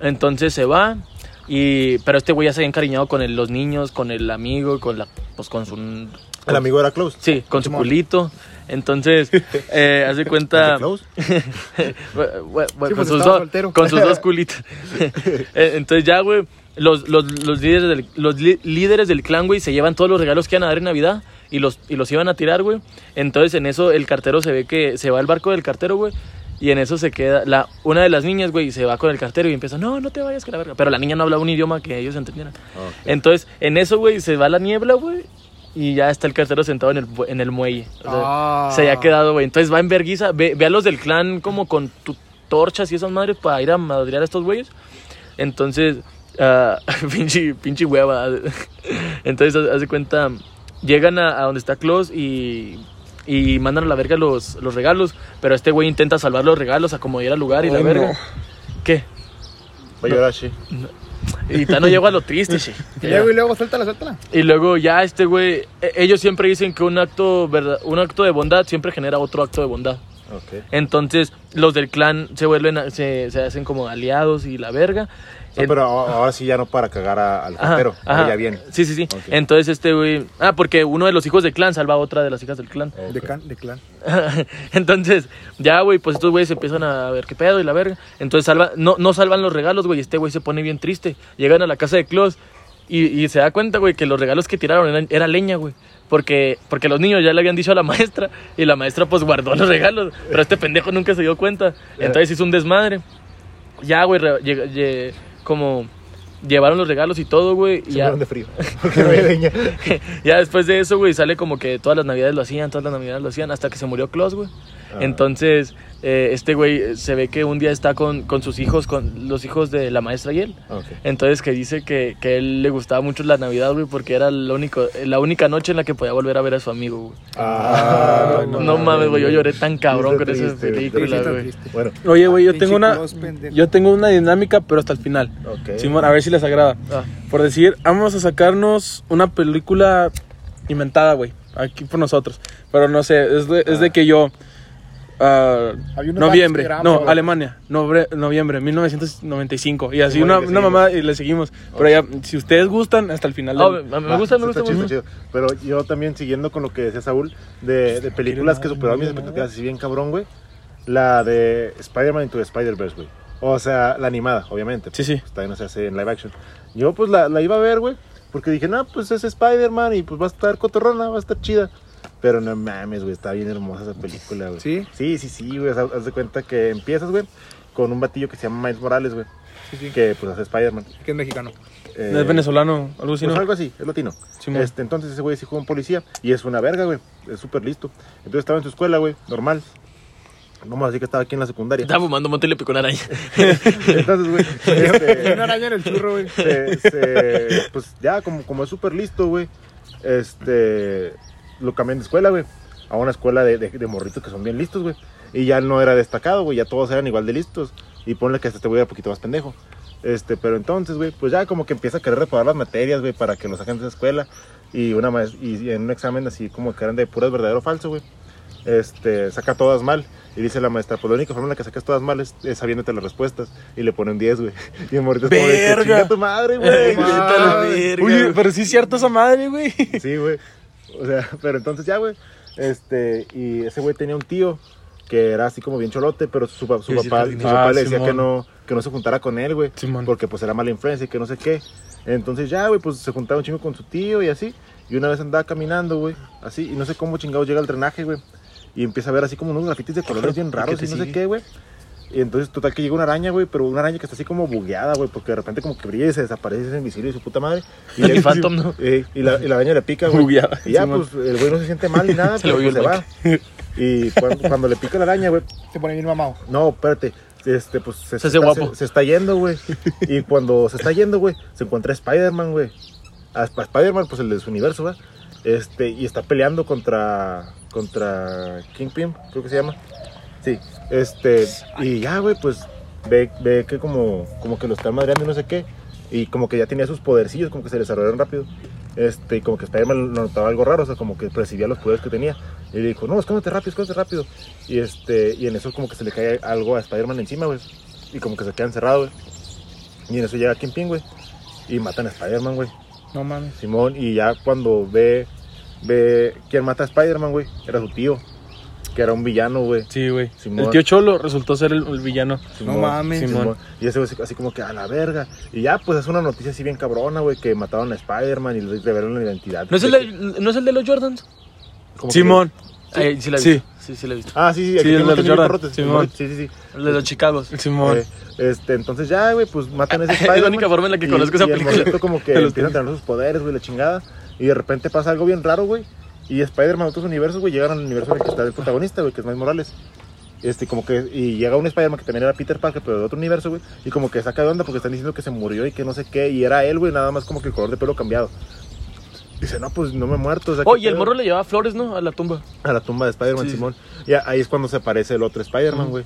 Entonces se va. Y, pero este güey ya se había encariñado con el- los niños, con el amigo, con la, pues con su, El amigo era Klaus. sí, con su culito. Entonces, eh, hace ¿El de cuenta, Klaus? Bu- bu- bu- Sí, con, pues sus estaba dos- soltero. con sus dos culitos. Eh, Entonces ya, güey, los, los, los líderes del, los li- líderes del clan, güey, se llevan todos los regalos que iban a dar en Navidad y los, y los iban a tirar, güey. Entonces en eso el cartero se ve que se va el barco del cartero, güey. Y en eso se queda la, una de las niñas, güey, y se va con el cartero y empieza, no, no te vayas, que la verga. Pero la niña no hablaba un idioma que ellos entendieran. Ok. Entonces, en eso, güey, se va la niebla, güey, y ya está el cartero sentado en el, bu- en el muelle. O sea, Ah. Se había quedado, güey. Entonces va en verguiza. Ve, ve a los del clan como con tu torchas y esas madres para ir a madrear a estos güeyes. Entonces, ah, pinche, pinche hueva. Entonces, haz- haz de cuenta, llegan a, a donde está Klaus y, y mandan a la verga los, los regalos. Pero este güey intenta salvar los regalos, acomodar al lugar y la Ay, verga. no. ¿Qué? Va a llorar, sí. Y no llego a lo triste, che. Y luego, y luego, suéltala, suéltala. Y luego ya este güey, e- ellos siempre dicen que un acto, verdad, un acto de bondad siempre genera otro acto de bondad. Ok. Entonces los del clan se vuelven, a- se, se hacen como aliados y la verga. O En- sea, Ah, pero ahora ahora sí ya no para cagar a- al Ajá, cartero. Ahora ajá. ya bien. Sí, sí, sí. Ok. Entonces este güey, ah, porque uno de los hijos del clan salva a otra de las hijas del clan. Ok. De, can- de clan. Entonces, ya, güey, pues estos güeyes empiezan a ver qué pedo y la verga. Entonces, salva, no, no salvan los regalos, güey. Este güey se pone bien triste. Llegan a la casa de Klaus y, y se da cuenta, güey, que los regalos que tiraron eran, era leña, güey. Porque, porque los niños ya le habían dicho a la maestra y la maestra, pues, guardó los regalos. Pero este pendejo nunca se dio cuenta. Entonces hizo un desmadre. Ya, güey, re- lle- lle- como llevaron los regalos y todo, güey. y Se ya, mueren de frío. Porque no hay leña. ya después de eso, güey, sale como que todas las navidades lo hacían, todas las navidades lo hacían, hasta que se murió Klaus, güey. Ah. Entonces, eh, este güey eh, se ve que un día está con, con sus hijos, con los hijos de la maestra y él. Ok. Entonces, que dice que, que a él le gustaba mucho la Navidad, güey, porque era lo único, la única noche en la que podía volver a ver a su amigo, güey. Ah, No, mames, güey, yo lloré tan cabrón Está con esa triste, güey. película, Está güey. triste. Bueno, Oye, güey, yo Pinche tengo una. close, pendejo. Yo tengo una dinámica, pero hasta el final. ok. Simón, a ver si les agrada. Ah. Por decir, vamos a sacarnos una película inventada, güey. Aquí por nosotros. Pero no sé, es de, es de que yo. ah, Hay unos noviembre, varios no, programas, güey. Alemania, nobre- noviembre 1995. Y así Simón, una, y le una seguimos. mamá y le seguimos. Pero ya, si ustedes gustan, hasta el final. Ah, del- me, me gusta, me Ah, gusta, está me chido, gusta. está chido. Pero yo también siguiendo con lo que decía Saúl, Pues, de, de películas que superaron mis expectativas, así bien cabrón, güey. La de Spider-Man Into the Spider-Verse, güey. O sea, la animada, obviamente. Sí, sí. Pues, también no se hace en live action. Yo, pues, la, la iba a ver, güey. Porque dije, no, pues es Spider-Man y pues va a estar cotorrona, va a estar chida. Pero no mames, güey, está bien hermosa esa película, güey. ¿Sí? Sí, sí, sí, güey. o sea, haz de cuenta que empiezas, güey, con un batillo que se llama Miles Morales, güey. Sí, sí. Que pues hace Spider-Man. Que es mexicano. Eh, ¿No es venezolano, algo así, pues ¿no? algo así, es latino. Simón. Este, entonces ese güey sí jugó un policía y es una verga, güey. Es súper listo. Entonces estaba en su escuela, güey, normal. Vamos a decir que estaba aquí en la secundaria. Estaba fumando monte y le picó una araña. Entonces, güey, este, Eh, Una araña en el churro, güey. se- se- pues ya, como, como es súper listo, güey, este, lo cambian de escuela, güey, a una escuela de, de- de morritos que son bien listos, güey. Y ya no era destacado, güey, ya todos eran igual de listos. Y ponle que hasta este güey era un poquito más pendejo. Este, pero entonces, güey, pues ya como que empieza a querer reparar las materias, güey, para que lo saquen de esa escuela. Y una más, y en un examen así como que eran de puras verdadero o falso, güey. Este, saca todas mal. Y dice la maestra, pues la única forma en la que sacas todas mal es, es sabiéndote las respuestas. Y le pone un 10, güey. Y el morrito es como de que, Verga. "Chinga tu madre, Ah, güey. Vete a la verga, Oye, güey. pero sí es cierto esa madre, güey. Sí, güey. O sea, pero entonces ya, güey. Este, y ese güey tenía un tío que era así como bien cholote, pero su, pa- su Sí, sí, papá, sí, su sí. papá Ah, le decía Simón. que no, que no se juntara con él, güey. Simón. Porque pues era mala influencia y que no sé qué. Entonces ya, güey, pues se juntaba un chingo con su tío y así. Y una vez andaba caminando, güey, así. Y no sé cómo chingado llega al drenaje, güey. Y empieza a ver así como unos grafitis de colores bien raros te y no sé sigue. qué, güey. Y entonces, total, que llega una araña, güey, pero una araña que está así como bugueada, güey, porque de repente como que brilla y se desaparece, es invisible y su puta madre. Y, El le- Phantom, ¿no? eh, y, la, y la araña le pica, güey. Bugueada. Y ya, Simón. pues, el güey no se siente mal ni nada, Se le pero pues, se movió va. Y cuando, cuando le pica la araña, güey, Se pone bien mamado. no, espérate. Este, pues se, Se hace está, guapo. se- se está yendo, güey. Y cuando se está yendo, güey, se encuentra a Spider-Man, güey. A, Sp- a Spider-Man, pues el de su universo, ¿verdad? Este, y está peleando contra. contra Kingpin, creo que se llama. Sí. Este, y ya, güey, pues ve, ve que como, como que lo está madreando y no sé qué. Y como que ya tenía sus podercillos, como que se desarrollaron rápido. Este, y como que Spider-Man lo notaba algo raro, o sea, como que percibía los poderes que tenía. Y le dijo, no, escóndete rápido, escóndete rápido. Y este, y en eso como que se le cae algo a Spider-Man encima, güey. Y como que se queda encerrado, güey. Y en eso llega Kingpin, güey. Y matan a Spider-Man, güey. No mames. Simón, y ya cuando ve, ve quién mata a Spider-Man, güey, era su tío, que era un villano, güey. Sí, güey. Simón. El tío Cholo resultó ser el, el villano. Simón, No mames. Simón. Y ese güey así- así como que a la verga. Y ya, pues es una noticia así bien cabrona, güey, que mataron a Spider-Man y le revelaron la identidad. ¿No es el De- de, ¿no es el de los Jordans? como que- Simón. Ay, sí, la he Sí. visto. Sí, sí, la he visto. Ah, sí, Sí, sí, el que el tiene de un Jordan. perrotes, Simón. Sí, sí, sí. El de los Chicagos. Simón. Eh, este, entonces ya, güey, pues matan a ese Es la Spider-Man. única forma en la que Y- conozco esa y el película. morrito como que Te los empieza a tener sus poderes, güey, la chingada. Y de repente pasa algo bien raro, güey. Y Spider-Man de otros universos, güey, llegan al universo en el que está el protagonista, güey, que es Miles Morales. Este, como que, y llega un Spider-Man que también era Peter Parker, pero de otro universo, güey. Y como que saca de onda porque están diciendo que se murió y que no sé qué. Y era él, güey, nada más como que el color de pelo cambiado. Dice, no, pues no me he muerto. o sea, ¿qué Oye, el pedo?" morro le llevaba flores, ¿no? A la tumba. A la tumba de Spider-Man, Sí, sí. Simón. Y a- ahí es cuando se aparece el otro Spider-Man, güey.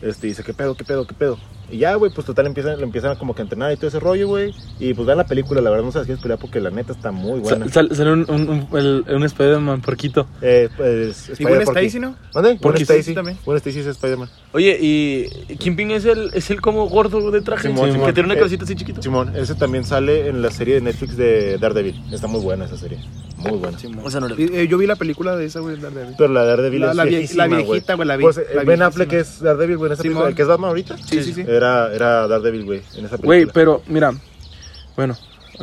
Este, dice, ¿qué pedo, qué pedo, qué pedo? Y ya, güey, pues total empiezan, lo empiezan como que a entrenar y todo ese rollo, güey. Y pues vean la película, la verdad no se las quiero spoilear porque la neta está muy buena. Sal- sal- Sale un, un, un, el- un Spider-Man porquito. eh, pues, Y Gwen Spider-Porky. Stacy, ¿no? ¿Mande? Gwen Porky Stacy. Stacy también. Gwen Stacy es Spider-Man. Oye, y Kingpin es el, es el como gordo de traje. Simón, que Simón. tiene una Eh, cabecita así chiquita. Simón, ese también sale en la serie de Netflix de Daredevil. Está muy buena esa serie. Muy buena. O sea, no le Y, eh, yo vi la película de esa, güey. la de- Pero la Daredevil La- es la vie- viejísima, la viejita, güey, la vi- Pues, la eh, ben viejísima. Affleck es Daredevil, güey, en esa película. Simón. ¿El que es Batman ahorita? Sí, sí, sí. Era, era Daredevil, güey, en esa película. Güey, pero mira. Bueno,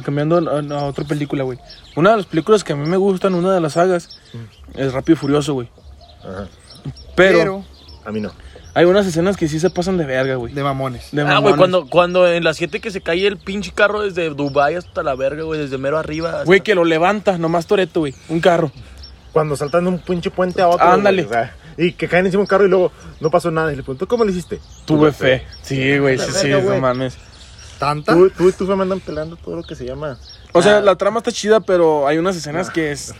cambiando a, a otra película, güey. Una de las películas que a mí me gustan, una de las sagas, Mm. es Rápido y Furioso, güey. Ajá. Pero, Pero, A mí no. hay unas escenas que sí se pasan de verga, güey. de mamones. De Ah, güey, mamones. cuando, cuando en las 7 que se cae el pinche carro desde Dubai hasta la verga, güey, desde mero arriba. hasta- Güey, que lo levanta, nomás Toreto, güey. Un carro. Cuando saltan de un pinche puente a otro. Ándale. güey, o sea, Y que caen encima de un carro y luego no pasó nada. Y le pregunto, ¿cómo le hiciste? Tuve fe. Sí, güey, sí, sí, Verga, no güey. mames. ¿Tanta? Tú, tú y tu me andan pelando todo lo que se llama O Ah. sea, la trama está chida, pero hay unas escenas que es.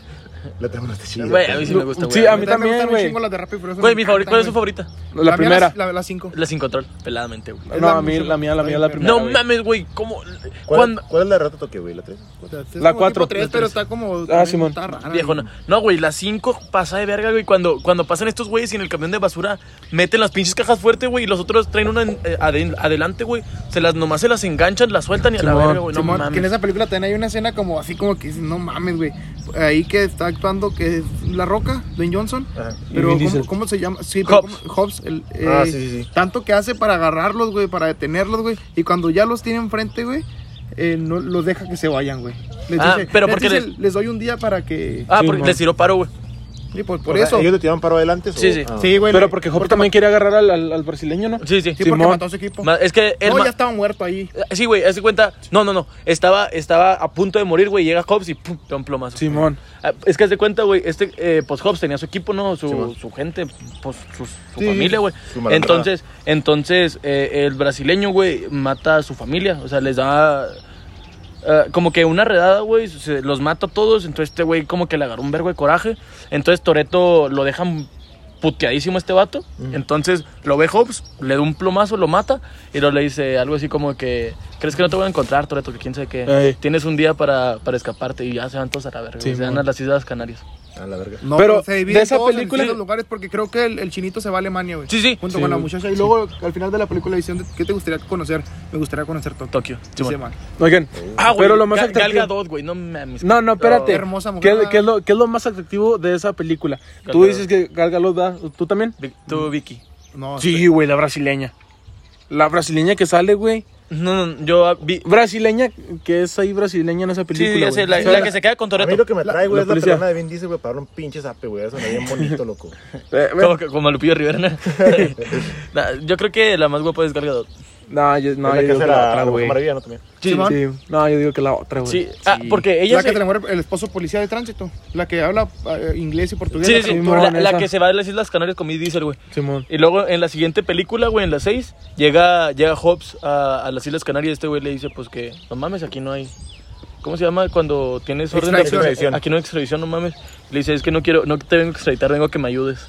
la trama de chile. Güey, a mí Ah. sí me gusta, güey. Sí, a mí Neta, me también, gustan un güey. chingo las de Rápido y Furioso, Güey, me mi favorita. encantan, ¿Cuál es su güey. favorita? La mía, primera. La la cinco. La sin control, peladamente, güey. No, la- a mí, la mía, la mía, la primera. No güey. mames, güey, ¿cómo? ¿Cuál, Cuando. ¿Cuál es la rata toque, güey? ¿La 3? La cuatro, Tres, la pero tres. está como. Ah, Simón. Está rara, Viejona. No, güey, las 5 pasa de verga, güey. Cuando, cuando pasan estos güeyes y en el camión de basura meten las pinches cajas fuerte, güey, y los otros traen una en- eh, aden- adelante, güey. Se las, nomás se las enganchan, las sueltan y a la Simón, verga, güey. No Simón, que en mames. esa película también hay una escena como así como que dices, no mames, güey. Ahí que está actuando que es La Roca, Dwayne Johnson. Ajá. Y Pero ¿cómo, Vin Diesel. cómo se llama? Sí, pero Hobbs. ¿cómo? Hobbs. el, eh, Ah, sí, sí, sí. Tanto que hace para agarrarlos, güey, para detenerlos, güey. Y cuando ya los tiene enfrente, güey, eh, no, los deja que se vayan, güey. Les Ah, dice, pero les, porque dice, les- les doy un día para que... Ah, porque Simón. les tiró paro, güey. Sí, por, por O sea, eso. ¿Ellos te tiraron paro adelante? o- Sí, sí. ah. Sí, güey. Pero le- porque Hop también quiere agarrar al, al- al brasileño, ¿no? Sí, sí. Sí, porque Simón. mató a su equipo. Ma- Es que el no, ma- ya estaba muerto ahí. Sí, güey, haz de cuenta. No, no, no. Estaba, estaba a punto de morir, güey. Llega Hobbs y pum, te da un plomazo. Simón. Ah, Es que haz de cuenta, güey, este, eh, pues Hobbs tenía su equipo, ¿no? Su, Simón. su gente, pues su, su Sí, familia, güey. su malandrada. Entonces, entonces eh, el brasileño, güey, mata a su familia. O sea, les da ah, como que una redada, güey, se- los mata a todos. Entonces este güey como que le agarró un vergo de coraje. Entonces Toreto lo dejan puteadísimo a este vato. Entonces lo ve Hobbs, le da un plomazo, lo mata y luego le dice algo así como que... ¿Crees que no te voy a encontrar, Toreto? Que quién sabe qué. Ey. Tienes un día para, para escaparte y ya se van todos a la verga. Sí, güey. se van mon. a las Islas Canarias. A la verga. No, Pero se dividen de esa todos en película- distintos lugares porque creo que el, el chinito se va a Alemania, güey. Sí, sí. Junto Sí, con la güey. muchacha. Y luego al final de la película dicen, ¿qué te gustaría conocer? Me gustaría conocer Tokio. Tokio. Sí, Simón. se llama. Oigan. Ah, güey. pero lo más Ga- Gal atractivo. Gadot, güey. No mames. No, no, espérate. Qué hermosa mujer. ¿Qué, qué es lo, qué es lo más atractivo de esa película? Gal Tú Gadot. dices que Gal Gadot da, ¿tú también? Vic- Tú, Vicky. No, Sí, güey, la brasileña. La brasileña que sale, güey. No, no, yo ah, vi. Brasileña, que es ahí brasileña en esa película. Sí, ya sé, güey. la, O sea, la que se queda con A mí Toreto. lo que me trae, la güey, es la policía. pelona de Vin Diesel, güey, para un pinche sape, güey. Eso me bien bonito, loco. eh, eh, Como, como Lupillo Rivera. ¿no? Nah, yo creo que la más guapa es Gal Gadot. No, yo, No, no, yo es la que digo hace que la, la la otra, Mujer güey. maravilla, ¿no? También. Sí, Simón. Sí, no, yo digo que la otra, güey. Sí. Ah, porque ella la que se- se le muere el esposo policía de tránsito. La que habla eh, inglés y portugués. Sí, la sí, Simón, la, la esa. que se va de las Islas Canarias con Vin Diesel, güey. Simón. Y luego en la siguiente película, güey, en las 6, llega, llega Hobbs a, a las Islas Canarias. Este güey le dice, pues que, no mames, aquí no hay. ¿Cómo se llama cuando tienes orden de Extradición. extradición? Aquí no hay extradición, no mames. Le dice, es que no quiero, no te vengo a extraditar, vengo a que me ayudes.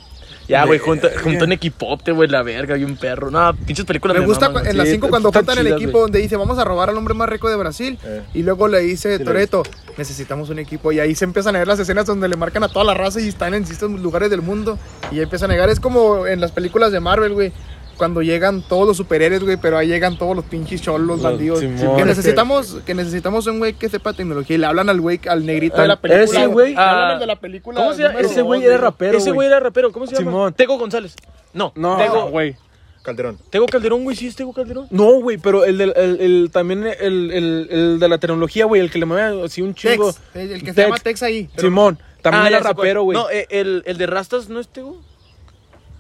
Ya, güey, junta, junta un equipote, güey, la verga, y un perro. No, pinches películas Me me gusta maman, cu- en güey. las sí, 5 cuando están juntan el chidas, equipo güey. donde dice vamos a robar al hombre más rico de Brasil Eh. y luego le dice Sí, lo Toreto, necesitamos un equipo y ahí se empiezan a ver las escenas donde le marcan a toda la raza y están en distintos lugares del mundo y ya empiezan a llegar, es como en las películas de Marvel, güey. Cuando llegan todos los superhéroes, güey, pero ahí llegan todos los pinches cholos, Los bandidos. Simón. que necesitamos, que necesitamos un güey que sepa tecnología. Y le hablan al güey, al negrito de Al- la película. ese güey- Le hablan Ah. al de la película. ¿Cómo se llama? número Ese dos, güey era rapero, Ese güey. güey era rapero, ¿cómo se llama? Simón. Tego González. No, No. Ah, Tego, güey. Calderón. Tego Calderón, güey, sí es Tego Calderón. No, güey, pero el, del- el, el- también el, el, el de la tecnología, güey, el que le mueve así un Tex, chingo. el que se Tex. llama Tex ahí. pero- Simón, también Ah, era ya sé cuál. rapero, güey. No, eh, el, el de Rastas no es Tego.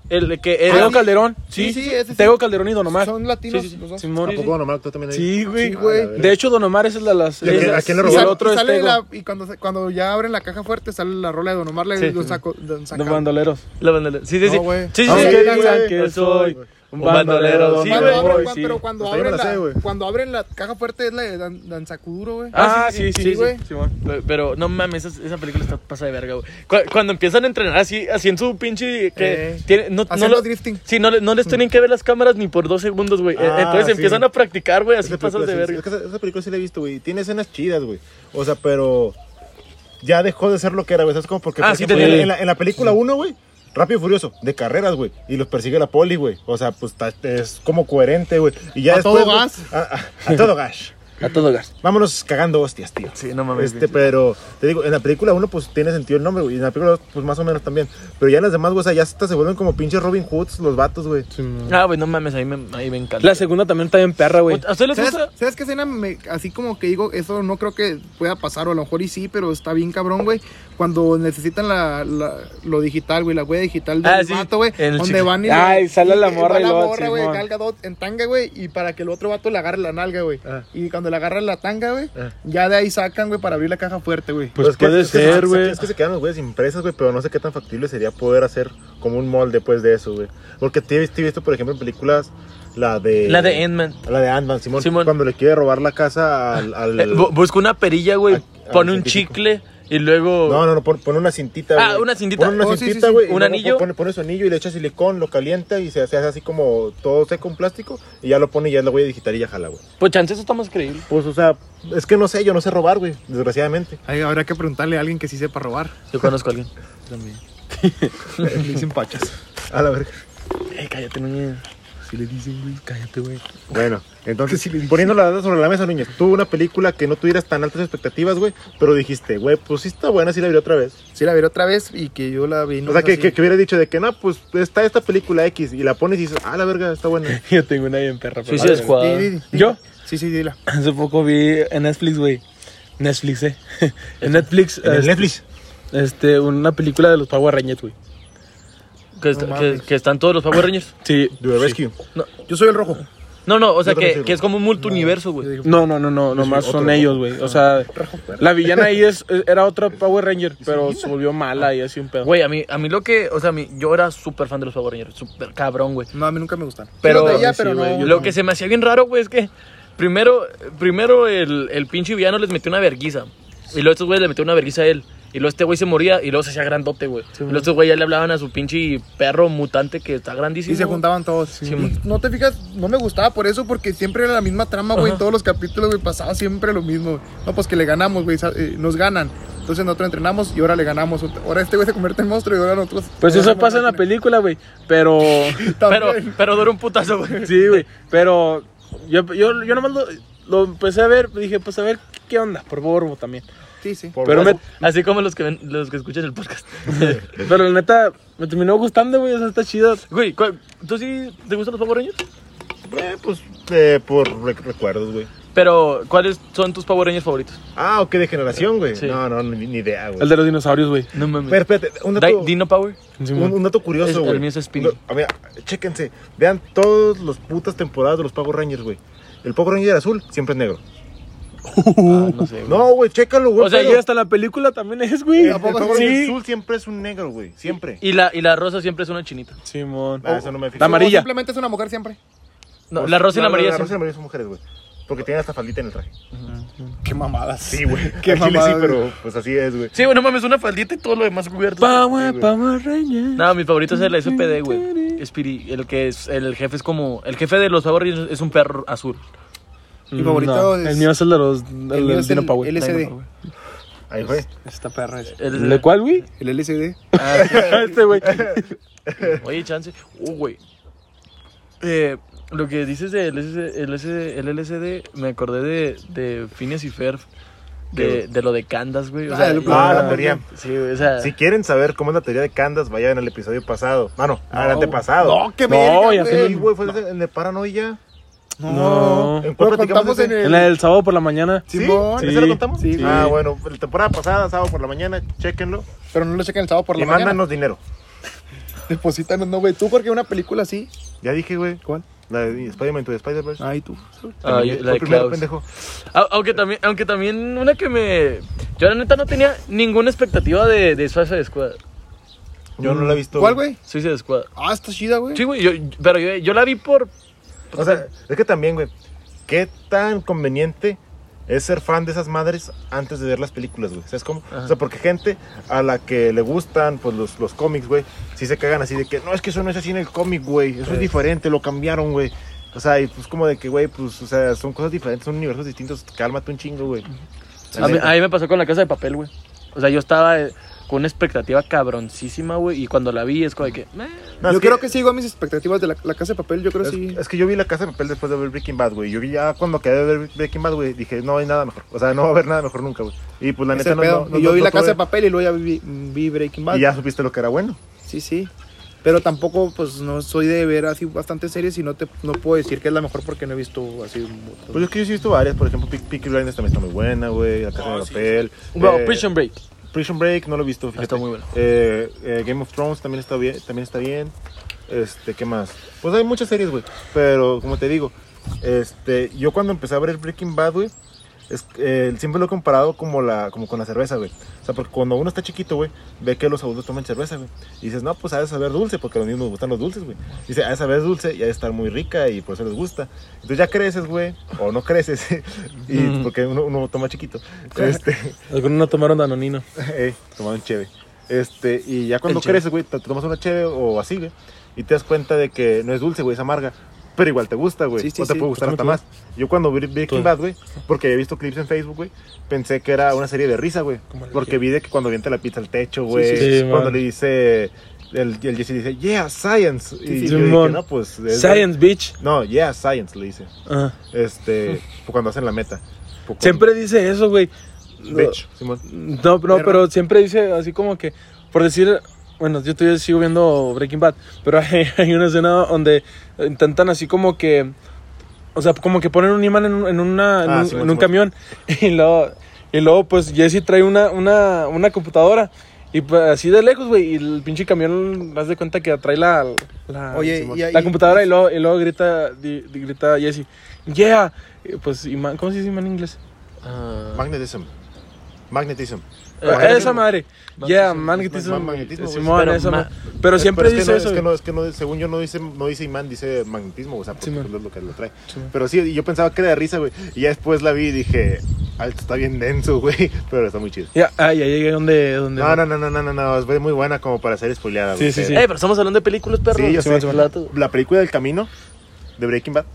El que era. Tego Calderón, sí, Sí, sí, ese sí. Tego Calderón y Don Omar. Son latinos Sí, sí, sí. los dos. Simón. ¿A poco Nomar actuó también ahí? Sí, Sí, güey. güey. de hecho, Don Omar es el de las. ¿Y a quién- es- a quién le y Y robó? el sal- otro y este, es sale Tego. la- y cuando, se- cuando ya abren la caja fuerte sale la rola de Don Omar, le Sí. don saco, don Don saca. Bandoleros. La bandolera. Sí, sí, sí. No, güey. sí, sí, Aunque sí. digan güey. que soy un bandolero, Sí, Cuando güey. abren, Voy, cuan- sí. pero cuando Hasta yo Pues me abren la la, sé, güey. cuando abren la caja fuerte es la de dan, Dan Sacuduro, güey. Ah, sí, sí, sí, güey. Simón. Pero- Pero no mames, esa, esa película está pasa de verga, güey. Cu- Cuando empiezan a entrenar así, así en su pinche. Que Eh, tiene, no, no, haciendo lo- drifting. Sí, no, le- no les tienen que ver las cámaras ni por dos segundos, güey. Eh, Ah, Entonces sí. empiezan a practicar, güey, así Esa pasas de película sí- verga. es que esa, esa película sí la he visto, güey. Tiene escenas chidas, güey. O sea, pero ya dejó de ser lo que era, güey. ¿Sabes cómo? Porque Ah, por sí, ejemplo, tenía- en, la, en la película 1, güey, Rápido y Furioso, de carreras, güey. Y los persigue la poli, güey. O sea, pues ta- es como coherente, güey. Y ya A después, todo güey, gas. A, a- a todo gas. A todo gas. Vámonos cagando hostias, tío. Sí, no mames, Este, pero te digo, en la película 1, pues tiene sentido el nombre, güey. Y en la película 2, pues más o menos también. Pero ya en las demás, güey, o sea, ya hasta se vuelven como pinches Robin Hoods los vatos, güey. Ah, güey, no mames, ahí me, ahí me encanta. La segunda también está bien perra, güey. ¿A ustedes les ¿Sabes, gusta? ¿Sabes qué escena? me- así como que digo, eso no creo que pueda pasar, o a lo mejor y sí, pero está bien cabrón, güey. Cuando necesitan la, la- lo digital, güey, la wea digital del Ah, sí, vato, güey. el Donde chico. van y. Ay, sale la y- morra va y la luego, morra, güey, Simón. Gal Gadot en tanga, güey, y para que el otro vato le agarre la nalga, güey. Y cuando la agarra la tanga, güey. Ah. Ya de ahí sacan, güey, para abrir la caja fuerte, güey. Pues es que- puede es que se- ser, es que- güey. Es que se quedan los güeyes sin presas, güey, pero no sé qué tan factible sería poder hacer como un molde después de eso, güey. Porque te he visto- te he visto, por ejemplo, en películas, la de... La de Endman. La de Ant-Man, Simón. Simón. Eh, Cuando le quiere robar la casa al... al- busca una perilla, A- güey. al Pone un científico. chicle y luego. No, no, no, pon, pon una cintita, Ah, güey. una cintita. Pon una Oh, sí, sí, cintita, sí. güey. y Un luego anillo. Pone, pone su anillo y le echa silicón, lo calienta y se hace, hace así como todo seco, un plástico. Y ya lo pone y ya lo voy a digitar y ya jala, güey. Pues chance, eso está más creíble. Pues, o sea, es que no sé, yo no sé robar, güey, desgraciadamente. Ahí habrá que preguntarle a alguien que sí sepa robar. Yo conozco a alguien. También. Le dicen pachas. A la verga. Eh, cállate, niña. Sí le dicen, güey. Cállate, güey. Bueno, entonces, poniendo la data sobre la mesa, Núñez, tuvo una película que no tuvieras tan altas expectativas, güey, pero dijiste, güey, pues sí está buena, sí la vi otra vez. Sí, la veré otra vez y que yo la vi. o sea, que, que, que hubiera dicho de que, no, pues está esta película X y la pones y dices, ah, la verga, está buena. Yo tengo una bien perra. pero- Suicide Squad. ¿Yo? Sí, sí, dila. Hace poco vi en Netflix, güey. Netflix, eh. en Netflix, es- Netflix. este, una película de los Power Rangers, güey. Que, est- No que, mames. que están todos los Power Rangers. Sí. The Rescue. Yo soy el rojo. No, no, o sea, Yo también que, soy que es como un multiuniverso, güey. No, no, no, no, nomás otro son rojo. ellos, güey. O sea, la villana ahí es, era otra Power Ranger, pero se volvió mala y así un pedo. Güey, a mí, a mí lo que. O sea, a mí- yo era súper fan de los Power Rangers. Súper cabrón, güey. No, a mí nunca me gustan. Pero- Sí los veía, Sí, pero güey, no. yo Lo que se me hacía bien raro, güey, es que primero, primero el, el pinche villano les metió una verguiza. Y luego estos güeyes le metió una verguiza a él. Y luego este güey se moría y luego se hacía grandote, güey. y luego estos güeyes ya le hablaban a su pinche perro mutante que está grandísimo. Y se juntaban todos. Sí, Y man. no te fijas, no me gustaba por eso, porque siempre era la misma trama, güey. Ajá. En todos los capítulos, güey, pasaba siempre lo mismo. güey. No, pues que le ganamos, güey, sa- eh, nos ganan. Entonces nosotros entrenamos y ahora le ganamos. Ahora este güey se convierte en monstruo y ahora nosotros. Pues ahora eso la pasa en la máquina. película, güey. Pero. Pero, También. pero dura un putazo, güey. Sí, güey. Pero. Yo, yo, yo nomás lo, lo empecé a ver. Dije, pues a ver qué onda. Por borbo también. Sí, sí. Por Pero, me- Boss. Así como los que ven- los que escuchan el podcast. pero la neta, me terminó gustando, güey. O sea, está chido. Güey, ¿cuál- ¿tú sí te gustan los Power Rangers? Eh, pues, eh, por rec- recuerdos, güey. Pero, ¿cuáles son tus Power Rangers favoritos? Ah, ¿o qué de generación, güey? Sí. No, no, ni, ni idea, El güey. de los dinosaurios, güey. No Pero mames. espérate, un dato... Di- Dino Power. Un, un dato Es- el curioso, güey. mío es Speedy. Un da- A ver, chéquense. Vean todas las putas temporadas de los Power Rangers, güey. El Power Ranger azul siempre es negro. Ah, no sé. güey. No, güey, chécalo, güey. O sea, pero- Y hasta la película también es, güey. El, el Power Ranger Sí. azul siempre es un negro, güey. Siempre. Y la, y la rosa siempre es una chinita. Simón. Ah, eso no me fijé. La amarilla. O simplemente es una mujer siempre. No, la rosa y Pues, la No, no, amarilla La siempre- rosa y la amarilla son mujeres, güey. Porque tienen hasta faldita en el traje. Qué mamadas. Sí, güey. Qué Al chile mamada, sí, pero pues así es, güey. Sí, bueno, mames, una faldita y todo lo demás cubierto. Power, Power Rangers. No, mi favorito es el SPD, güey. Spiri, el que es, el jefe es como, el jefe de los Power Rangers es un perro azul. Mi favorito No, es- El mío es el de los. El, El mío del es Dino el- Power. el SD. Ahí fue. Esta perra es. El- Ah, ¿El de cuál, güey? El LCD. este, güey. Oye, chance. Uh, güey. Eh, lo que dices del LSD, el LSD, el LSD, me acordé de, de Phineas y Ferb. De, de lo de Candas, güey. O Ah, sea, el- y- ah, la teoría. Sí, güey, o sea. Si quieren saber cómo es la teoría de Candas, vayan al episodio pasado. Ah, no, al antepasado. No, qué No, verga, ya Sí, güey. güey, fue en el Paranoia. No. ¿En cuál Lo platicamos contamos ese? en el. En la del sábado por la mañana. ¿Sí? Simón. ¿Ese lo Sí. contamos? Sí. Ah, bueno, la temporada pasada, sábado por la mañana, chéquenlo. Pero no lo chequen el sábado por y la mañana. mándanos dinero. Deposítanos, no, güey. Tú, porque una película así. Ya dije, güey. ¿Cuál? La de Spider-Man to the Spider-Verse. Ay, tú. ah, yo- Fue la de primero, Klaus. pendejo. Au- Aunque también, aunque también una que me. Yo la neta no tenía ninguna expectativa de, de Suicide Squad. Yo no la he visto. ¿Cuál, güey? Suicide Squad. Ah, está chida, güey. Sí, güey, yo, pero yo, yo la vi por. O sea, es que también, güey. ¿Qué tan conveniente es ser fan de esas madres antes de ver las películas, güey? ¿Sabes cómo? Ajá. O sea, porque gente a la que le gustan pues los, los cómics, güey, sí se cagan así de que no, es que eso no es así en el cómic, güey. Eso es diferente, lo cambiaron, güey. O sea, y pues como de que, güey, pues, o sea, son cosas diferentes, son universos distintos. Cálmate un chingo, güey. La A mí, neta. a mí me pasó con la casa de papel, güey. O sea, yo estaba eh, con una expectativa cabroncísima, güey. Y cuando la vi es como de que. "Meh". No, es yo que- creo que sigo a mis expectativas de la, la casa de papel, yo creo Es, sí. es que yo vi la casa de papel después de ver Breaking Bad, güey. Yo vi ya cuando quedé de ver Breaking Bad, güey, dije, no hay nada mejor. O sea, no va a haber nada mejor nunca, güey. Y pues la Ese neta no, pedo. no- no- Y yo vi no la casa tuve- de papel y luego ya vi, vi Breaking Bad. Y ya supiste lo que era bueno. Sí, sí. Pero tampoco, pues, no soy de ver así bastantes series y no, te, no puedo decir que es la mejor porque no he visto así. un- Pues es que yo sí he visto varias, por ejemplo, Peak- Peaky Blinders también está muy buena, güey. La casa de papel. Ah, Bueno, Eh, Prison Break. Prison Break no lo he visto, fíjate. Está muy bueno. Eh, eh, Game of Thrones también está bien, también está bien. Este, ¿qué más? Pues hay muchas series, güey, pero como te digo, Este, yo cuando empecé a ver Breaking Bad, güey, es, eh, siempre lo he comparado como, la, como con la cerveza, güey. O sea, porque cuando uno está chiquito, güey, ve que los adultos toman cerveza, güey. Y dices, no, pues ha de saber dulce, porque a los niños nos gustan los dulces, güey. Dice, ha de saber dulce y ha de estar muy rica y por eso les gusta. Entonces ya creces, güey, o no creces, y porque uno, uno toma chiquito. Este, Algunos no tomaron danonino. eh, tomando un cheve. Este, y ya cuando creces, güey, te te tomas una cheve o así, güey, y te das cuenta de que no es dulce, güey, es amarga. Pero igual te gusta, güey. Sí, sí, o te sí. puede gustar hasta más. Yo cuando vi Breaking Bad, güey, porque he visto clips en Facebook, güey, pensé que era una serie de risa, güey. Como la Porque que- vi de que cuando vienta la pizza al techo, sí, güey, sí, cuando man. le dice, el, el Jesse dice, yeah, science. Y sí. yo dije, Simón. no, pues... es- Science, bitch. No, yeah, science, le dice. Ajá. Este, cuando hacen la meta. Pues, Siempre dice eso, güey. Bitch, Simón. No, no, pero siempre dice así como que, por decir, bueno, yo todavía sigo viendo Breaking Bad, pero hay, hay una escena donde intentan así como que, o sea, como que ponen un imán en, un- en una, en Ah, un, sí, en sí, un sí. camión y luego, y luego pues Jesse trae una, una, una computadora. Y pues, así de lejos, güey, y el pinche camión, haz de cuenta que atrae la, la, Oye, Simón, y ahí- pues la computadora y luego, y luego grita, di- di- grita Jesse, yeah, Y, pues, imán, ¿cómo se dice imán en inglés? Ah, Magnetism. Magnetism. Eh, Magnetismo. esa madre. Ya, yeah, magnetismo. Ma- magnetismo, güey. Simón, Pero esa ma- ma- Pero Es- siempre pero es dice que no, eso. Es que güey. no, es que no, según yo no dice, no dice imán, dice magnetismo, o sea, porque Sí, man. pues es lo que lo trae. Sí, man. pero sí, y yo pensaba que era de risa, güey. Y ya después la vi y dije, "Ah, esto está bien denso, güey. Pero está muy chido. Ya, ah, ya llegué donde. donde No, no, no, no, no, no, no, es muy buena como para ser spoileada, Sí, güey. sí, sí. Eh, pero estamos hablando de películas, perro. Sí, yo sé. Simón, Simón. La tu- La película del camino de Breaking Bad.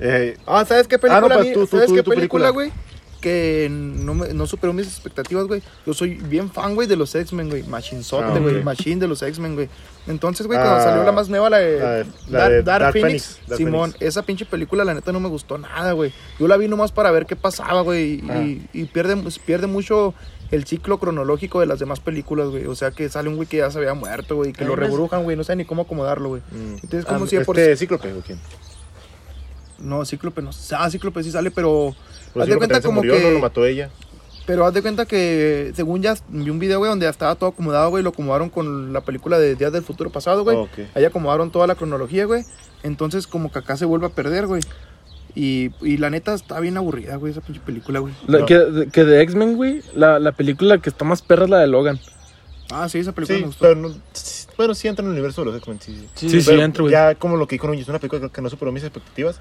Eh, Ah, ¿sabes qué película? Ah, no, a pues mí- tú, tú, ¿Sabes tú, qué tu película. película, güey? Que no, me- no superó mis expectativas, güey. Yo soy bien fan, güey, de los X-Men, güey. Machine Ah, Sote, ok. güey. Machine de los X-Men, güey. Entonces, güey, Ah, cuando salió la más nueva, la de, la de- la Dark, de Dark Dark Phoenix, Phoenix, Dark Simón, Phoenix. esa pinche película, la neta, no me gustó nada, güey. Yo la vi nomás para ver qué pasaba, güey. Ah. y- Y, y pierde, pierde mucho el ciclo cronológico de las demás películas, güey. O sea, que sale un güey que ya se había muerto, güey. Que Ay, lo no sé. reburujan, güey. No sé ni cómo acomodarlo, güey. mm, Entonces, como ah, si de por este Cíclope, ¿o quién? no, Cíclope no. Ah, Cíclope sí sale, pero. Pero haz de Cíclope cuenta también se como murió, que. no lo mató ella. pero haz de cuenta que, según ya vi un video, güey, donde ya estaba todo acomodado, güey, lo acomodaron con la película de Días del Futuro Pasado, güey. Ok. Ahí acomodaron toda la cronología, güey. Entonces, como que acá se vuelve a perder, güey. Y, y la neta está bien aburrida, güey, esa pinche película, güey. La- No. Que, que de X-Men, güey, la, la película que está más perra es la de Logan. Ah, sí, esa película Sí, me gustó. pero no- bueno, sí entra en el universo de los X-Men, sí, sí. Sí, sí, Pero entro, güey. Ya como lo que dijo Nuño, es una película que no superó mis expectativas.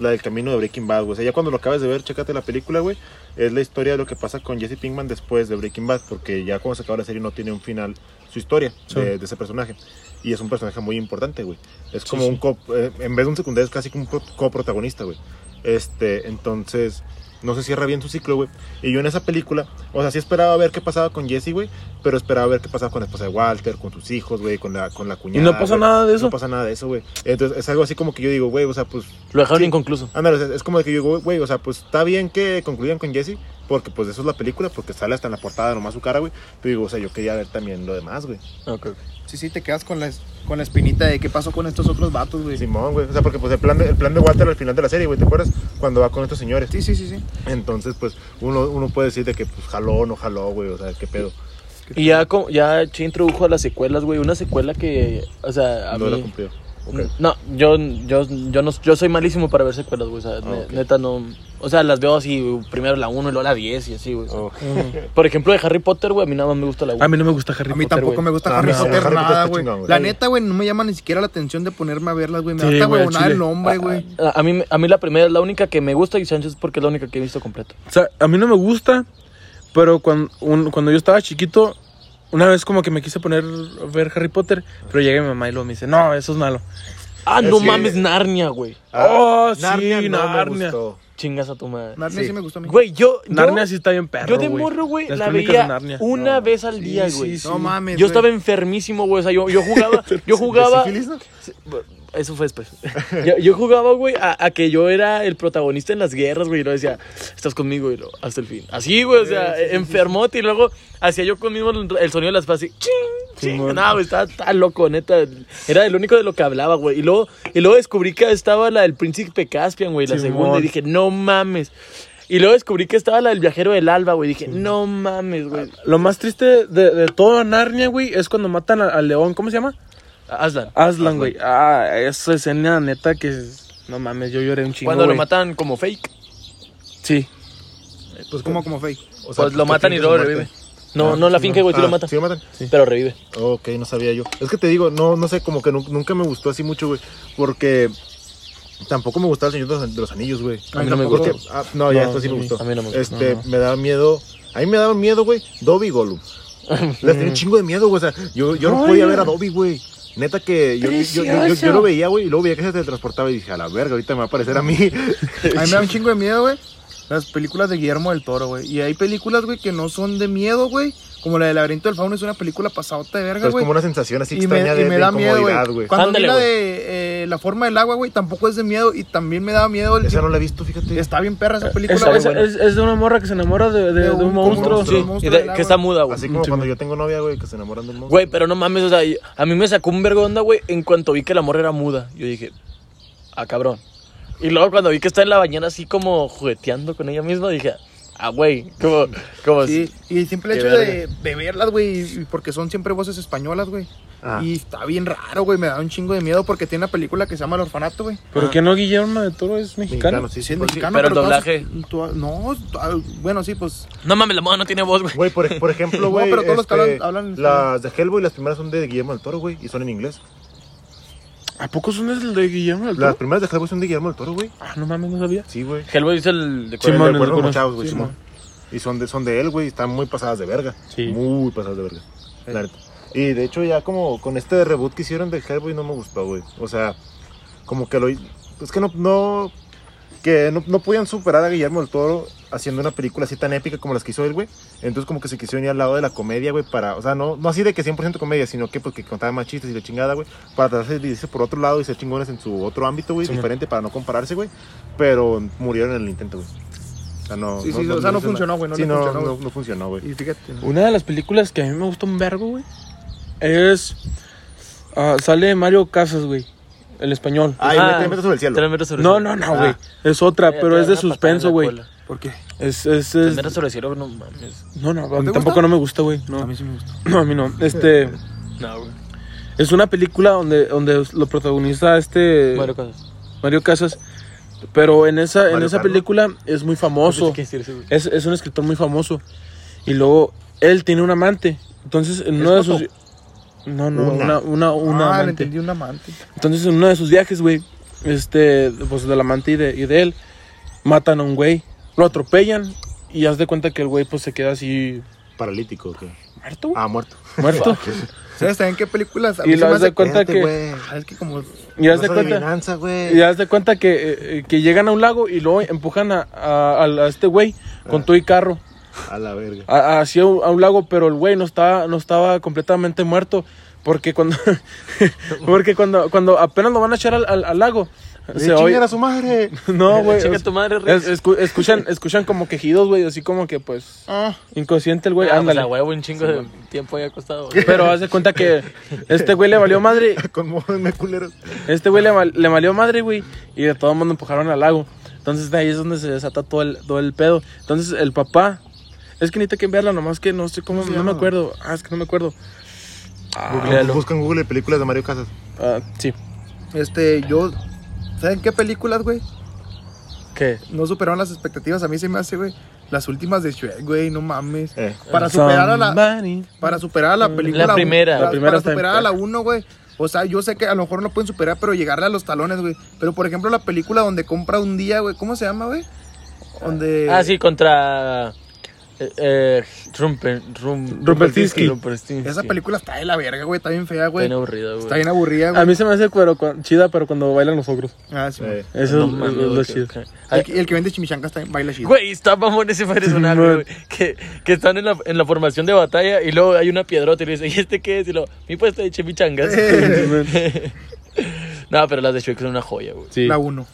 La del camino de Breaking Bad, güey. O sea, ya cuando lo acabas de ver, chécate la película, güey. Es la historia de lo que pasa con Jesse Pinkman después de Breaking Bad, porque ya cuando se acaba la serie no tiene un final su historia Sí. de, de ese personaje. Y es un personaje muy importante, güey. Es como sí. un cop, eh, en vez de un secundario, es casi como un pro- coprotagonista, güey. Este, entonces, no se cierra bien su ciclo, güey. Y yo en esa película, o sea, sí esperaba ver qué pasaba con Jesse, güey, pero esperaba ver qué pasaba con la esposa de Walter, con sus hijos, güey, con la, con la cuñada. no pasa güey. nada de eso? No pasa nada de eso, güey. Entonces, es algo así como que yo digo, güey, o sea, pues. Lo dejaron Sí. inconcluso. Ándale, o sea, es como que yo digo, güey, o sea, pues está bien que concluyan con Jesse, porque pues eso es la película, porque sale hasta en la portada nomás su cara, güey. Pero digo, o sea, yo quería ver también lo demás, güey. Sí, sí, te quedas con la, es- con la espinita de qué pasó con estos otros vatos, güey. Sí, Simón, güey. O sea, porque pues el plan, de, el plan de Walter al final de la serie, güey, ¿te acuerdas? Cuando va con estos señores. sí, sí, sí. Entonces, pues uno, uno puede decir de que, pues, jaló o no jaló, güey, o sea, qué pedo. Y ya, co- ya Chi introdujo a las secuelas, güey. Una secuela que, o sea, a no la mí... cumplió. No, yo, yo, yo, no, yo soy malísimo para ver secuelas, güey. O sea, ne- Ah, ok. neta no... O sea, las veo así, güey, primero la 1 y luego la 10 y así, güey. Ah, oh, Ok. Por ejemplo, de Harry Potter, güey, a mí nada más me gusta la 1. A mí no me gusta Harry A mí Potter, tampoco güey. me gusta Ah, No, Harry no, Potter Harry Potter nada, está güey. chingón, güey. La neta, güey, no me llama ni siquiera la atención de ponerme a verlas, güey. Me Sí, da güey, al huevonada chile. el nombre, güey. A, a mí, a mí la primera es la única que me gusta y Sánchez porque es la única que he visto completa. O sea, a mí no me gusta, pero cuando, un- cuando yo estaba chiquito, una vez como que me quise poner a ver Harry Potter, pero llega mi mamá y luego me dice, no, eso es malo. Ah, Es no que- mames, Narnia, güey. Oh, sí, Ah, no me Narnia. gustó. Chingas a tu madre. Narnia sí. me gustó a mí. Güey, yo. yo- Narnia sí está bien perro, Yo de güey. morro, güey, Las la crónicas de veía Narnia. una No. vez al día, Sí, güey. sí, No mames, Yo güey. estaba enfermísimo, güey. O sea, yo, yo jugaba. Yo jugaba. ¿De sífilis, no? Eso fue después. Yo, yo jugaba, güey, a, a que yo era el protagonista en las guerras, güey. Y luego decía, estás conmigo, y luego, hasta el fin. Así, güey, o sea, enfermote. Y luego hacía yo conmigo el, el sonido de las frases. Ching, ching. No, güey, estaba tan loco, neta. Era el único de lo que hablaba, güey. Y luego, y luego descubrí que estaba la del príncipe Caspian, güey, la Simón. segunda. Y dije, no mames. Y luego descubrí que estaba la del viajero del alba, güey. Dije, no mames, güey. Lo más triste de, de todo Narnia, güey, es cuando matan al- al león, ¿cómo se llama? Aslan. Aslan, güey. Ah, esa escena Ah, neta que es- No mames, yo lloré un chingo. Cuando lo güey. matan como fake. Sí. Pues como como fake. O sea, pues lo ¿tú matan y finges luego su revive. muerte? No, no la finge, güey, sí Ah, lo mata. ¿Sí lo matan? Pero revive. Ok, no sabía yo. Es que te digo, no, no sé, como que nu- nunca me gustó así mucho, güey. Porque tampoco me gustaba el Señor de los- de los Anillos, güey. A mí no me Porque- gustó. ah, no, ya, No, esto sí a me mí- gustó. a mí no me gustó, Este, no, no. me daba miedo. A mí me daba miedo, güey, Dobby y Gollum. Les tenía un chingo de miedo, güey. O sea, yo, yo no Ay, podía ver a güey. Dobby, güey. Neta que yo, yo- yo- yo- yo Precioso. lo veía, güey, y luego veía que se teletransportaba y dije, a la verga, ahorita me va a aparecer a mí. A mí me da un chingo de miedo, güey. Las películas de Guillermo del Toro, güey. Y hay películas, güey, que no son de miedo, güey. Como la del laberinto del fauno es una película pasadota de verga, Pero es güey. como una sensación así Y me, extraña y de, me de da miedo, incomodidad, güey. güey. Cuando vi Ándale, la güey. de eh, La forma del agua, güey, tampoco es de miedo. Y también me daba miedo el Esa tipo- no la he visto, fíjate. Está bien perra esa película, Es, Está güey. muy es- buena. es- es de una morra que se enamora de, de- De de un, un monstruo. monstruo. Sí, Un y monstruo de- del que agua. está muda, güey. Así como cuando yo tengo novia, güey, que se enamoran del monstruo. Güey, pero no mames, o sea, y- a mí me sacó un vergón de, güey, en cuanto vi que la morra era muda. Yo dije, ah, cabrón. Y luego cuando vi que está en la bañera así como jugueteando con ella misma, dije, ah, güey, como, como, Sí, y el simple Qué hecho de, de verlas, güey, y- porque son siempre voces españolas, güey. Ah. Y está bien raro, güey, me da un chingo de miedo porque tiene una película que se llama El Orfanato, güey. ¿Pero que no Guillermo de Toro es mexicano? Mexicano, sí, Sí, sí. es por- mexicano, Pues pero el todas- doblaje. todas- no, ah, bueno, sí, pues. no mames, la moda no tiene voz, güey. Güey, por, por ejemplo, No, güey. pero todos los que este, hablan- hablan- Las de Hellboy, las primeras son de Guillermo del Toro, güey, y son en inglés. ¿A poco son el de Guillermo del Toro? Las primeras de Hellboy son de Guillermo del Toro, güey. Ah, no mames, no sabía. Sí, güey. Hellboy dice el de Sí, El Simón, de el Cuervo Cuervo. Mochados, güey, Simón. Simón. Y son de, son de él, güey, y están muy pasadas de verga. Sí. Muy pasadas de verga. Eh. La neta. Y de hecho, ya como con este reboot que hicieron de Hellboy no me gustó, güey. O sea, como que lo. Es que no. no que no, no podían superar a Guillermo del Toro haciendo una película así tan épica como las que hizo él, güey. Entonces, como que se quisieron ir al lado de la comedia, güey, para. O sea, no, no así de que 100% comedia, sino que pues que contaban más chistes y la chingada, güey. Para tratarse de irse por otro lado y ser chingones en su otro ámbito, güey. Sí, man. diferente para no compararse, güey. Pero murieron en el intento, güey. O sea, no. Sí, sí, o sea, no funcionó, güey, no sí, le no, funcionó, no, güey. no funcionó, güey. Y fíjate. ¿no? Una de las películas que a mí me gusta un vergo, güey, es... ah, sale Mario Casas, güey, el español. Ay, Ah. me metes sobre el cielo. Tres metros sobre No, el no, cielo. no, güey. Ah. Es otra, Te- pero te es de dan una patada en suspenso, la güey. cola. ¿Por qué? Es, es, Tres es... metros sobre el cielo, no mames. No, no, a mí te tampoco gusta? no me gusta, güey. No. A mí sí me gustó. no, a mí no. Este... No, güey. Es una película donde, donde lo protagoniza este Bueno, Mario, cosas. Casas. Pero en esa, en Mario esa Carlos. película es muy famoso. ¿Qué decir, güey? Es, es un escritor muy famoso. Y luego él tiene un amante. Entonces, en ¿Es uno de foto? sus. No, no, una, Una. una, una ah, le amante. entendí un amante. Entonces, en uno de sus viajes, güey, este, pues del amante y de, y de él, matan a un güey, lo atropellan y haz de cuenta que el güey, pues se queda así Paralítico, güey. muerto, güey, Ah, muerto. muerto. ¿Sabes también qué películas? A mí y se lo me haz de hace- cuenta Espérate, que. güey. Ah, Es que como. Y haz No de es cuenta. adivinanza, güey. Y haz de cuenta que, eh, eh, que llegan a un lago y luego empujan a, a- a- a este güey Ah. con todo y carro A la verga. a- hacia un, a un lago, pero el güey no estaba, no estaba completamente muerto. Porque cuando, porque cuando, cuando apenas lo van a echar al, al- al lago, De se oye. Eh, chingar a su madre. No, güey. Chica es- tu madre, Rex. es- escu- escuchan, escuchan como quejidos, güey, así como que pues. Ah, Inconsciente el Ah, güey, pues ándale. la huevo un chingo de tiempo ahí acostado. güey. pero haz de cuenta que este güey le valió madre Conmóvenme, culeros. Este güey le, val- le valió madre, güey. Y de todo mundo empujaron al lago. Entonces de ahí es donde se desata todo el, todo el pedo. Entonces el papá. Es que necesito que verla, nomás que no sé cómo. se No me llama? acuerdo. Ah, es que no me acuerdo. Google, busca en Google películas de Mario Casas. Ah, sí. este, yo. ¿Saben qué películas, güey? ¿Qué? No superaron las expectativas. A mí se me hace, güey. Las últimas de Shrek, güey, no mames. Eh. Para superar a la. Somebody. Para superar a la película. La primera. para- La primera Para está superar en- a la 1, güey. O sea, yo sé que a lo mejor no pueden superar, pero llegarle a los talones, güey. Pero por ejemplo, la película donde compra un día, güey. ¿Cómo se llama, güey? Donde. Ah, sí, contra. Eh, eh, Rumpen- Rum- Rumpelstiltskin. Rumpelstiltskin. Esa película está de la verga, güey. Está bien fea, güey. Está bien aburrida, güey. Está bien aburrida, A güey. mí se me hace pero cu- chida, pero cuando bailan los ogros. Ah, sí, güey. Eh. No Eso es- mames, es, lo güey, chido. que- que- El, que- el que vende chimichangas también baila chido. Güey, está mamón ese personaje, Simón. güey. Que, que están en la, en la formación de batalla y luego hay una piedrota y le dice, ¿y este qué es? Y lo, mi puesto de chimichangas. no, pero las de Shrek son una joya, güey. Sí. La 1.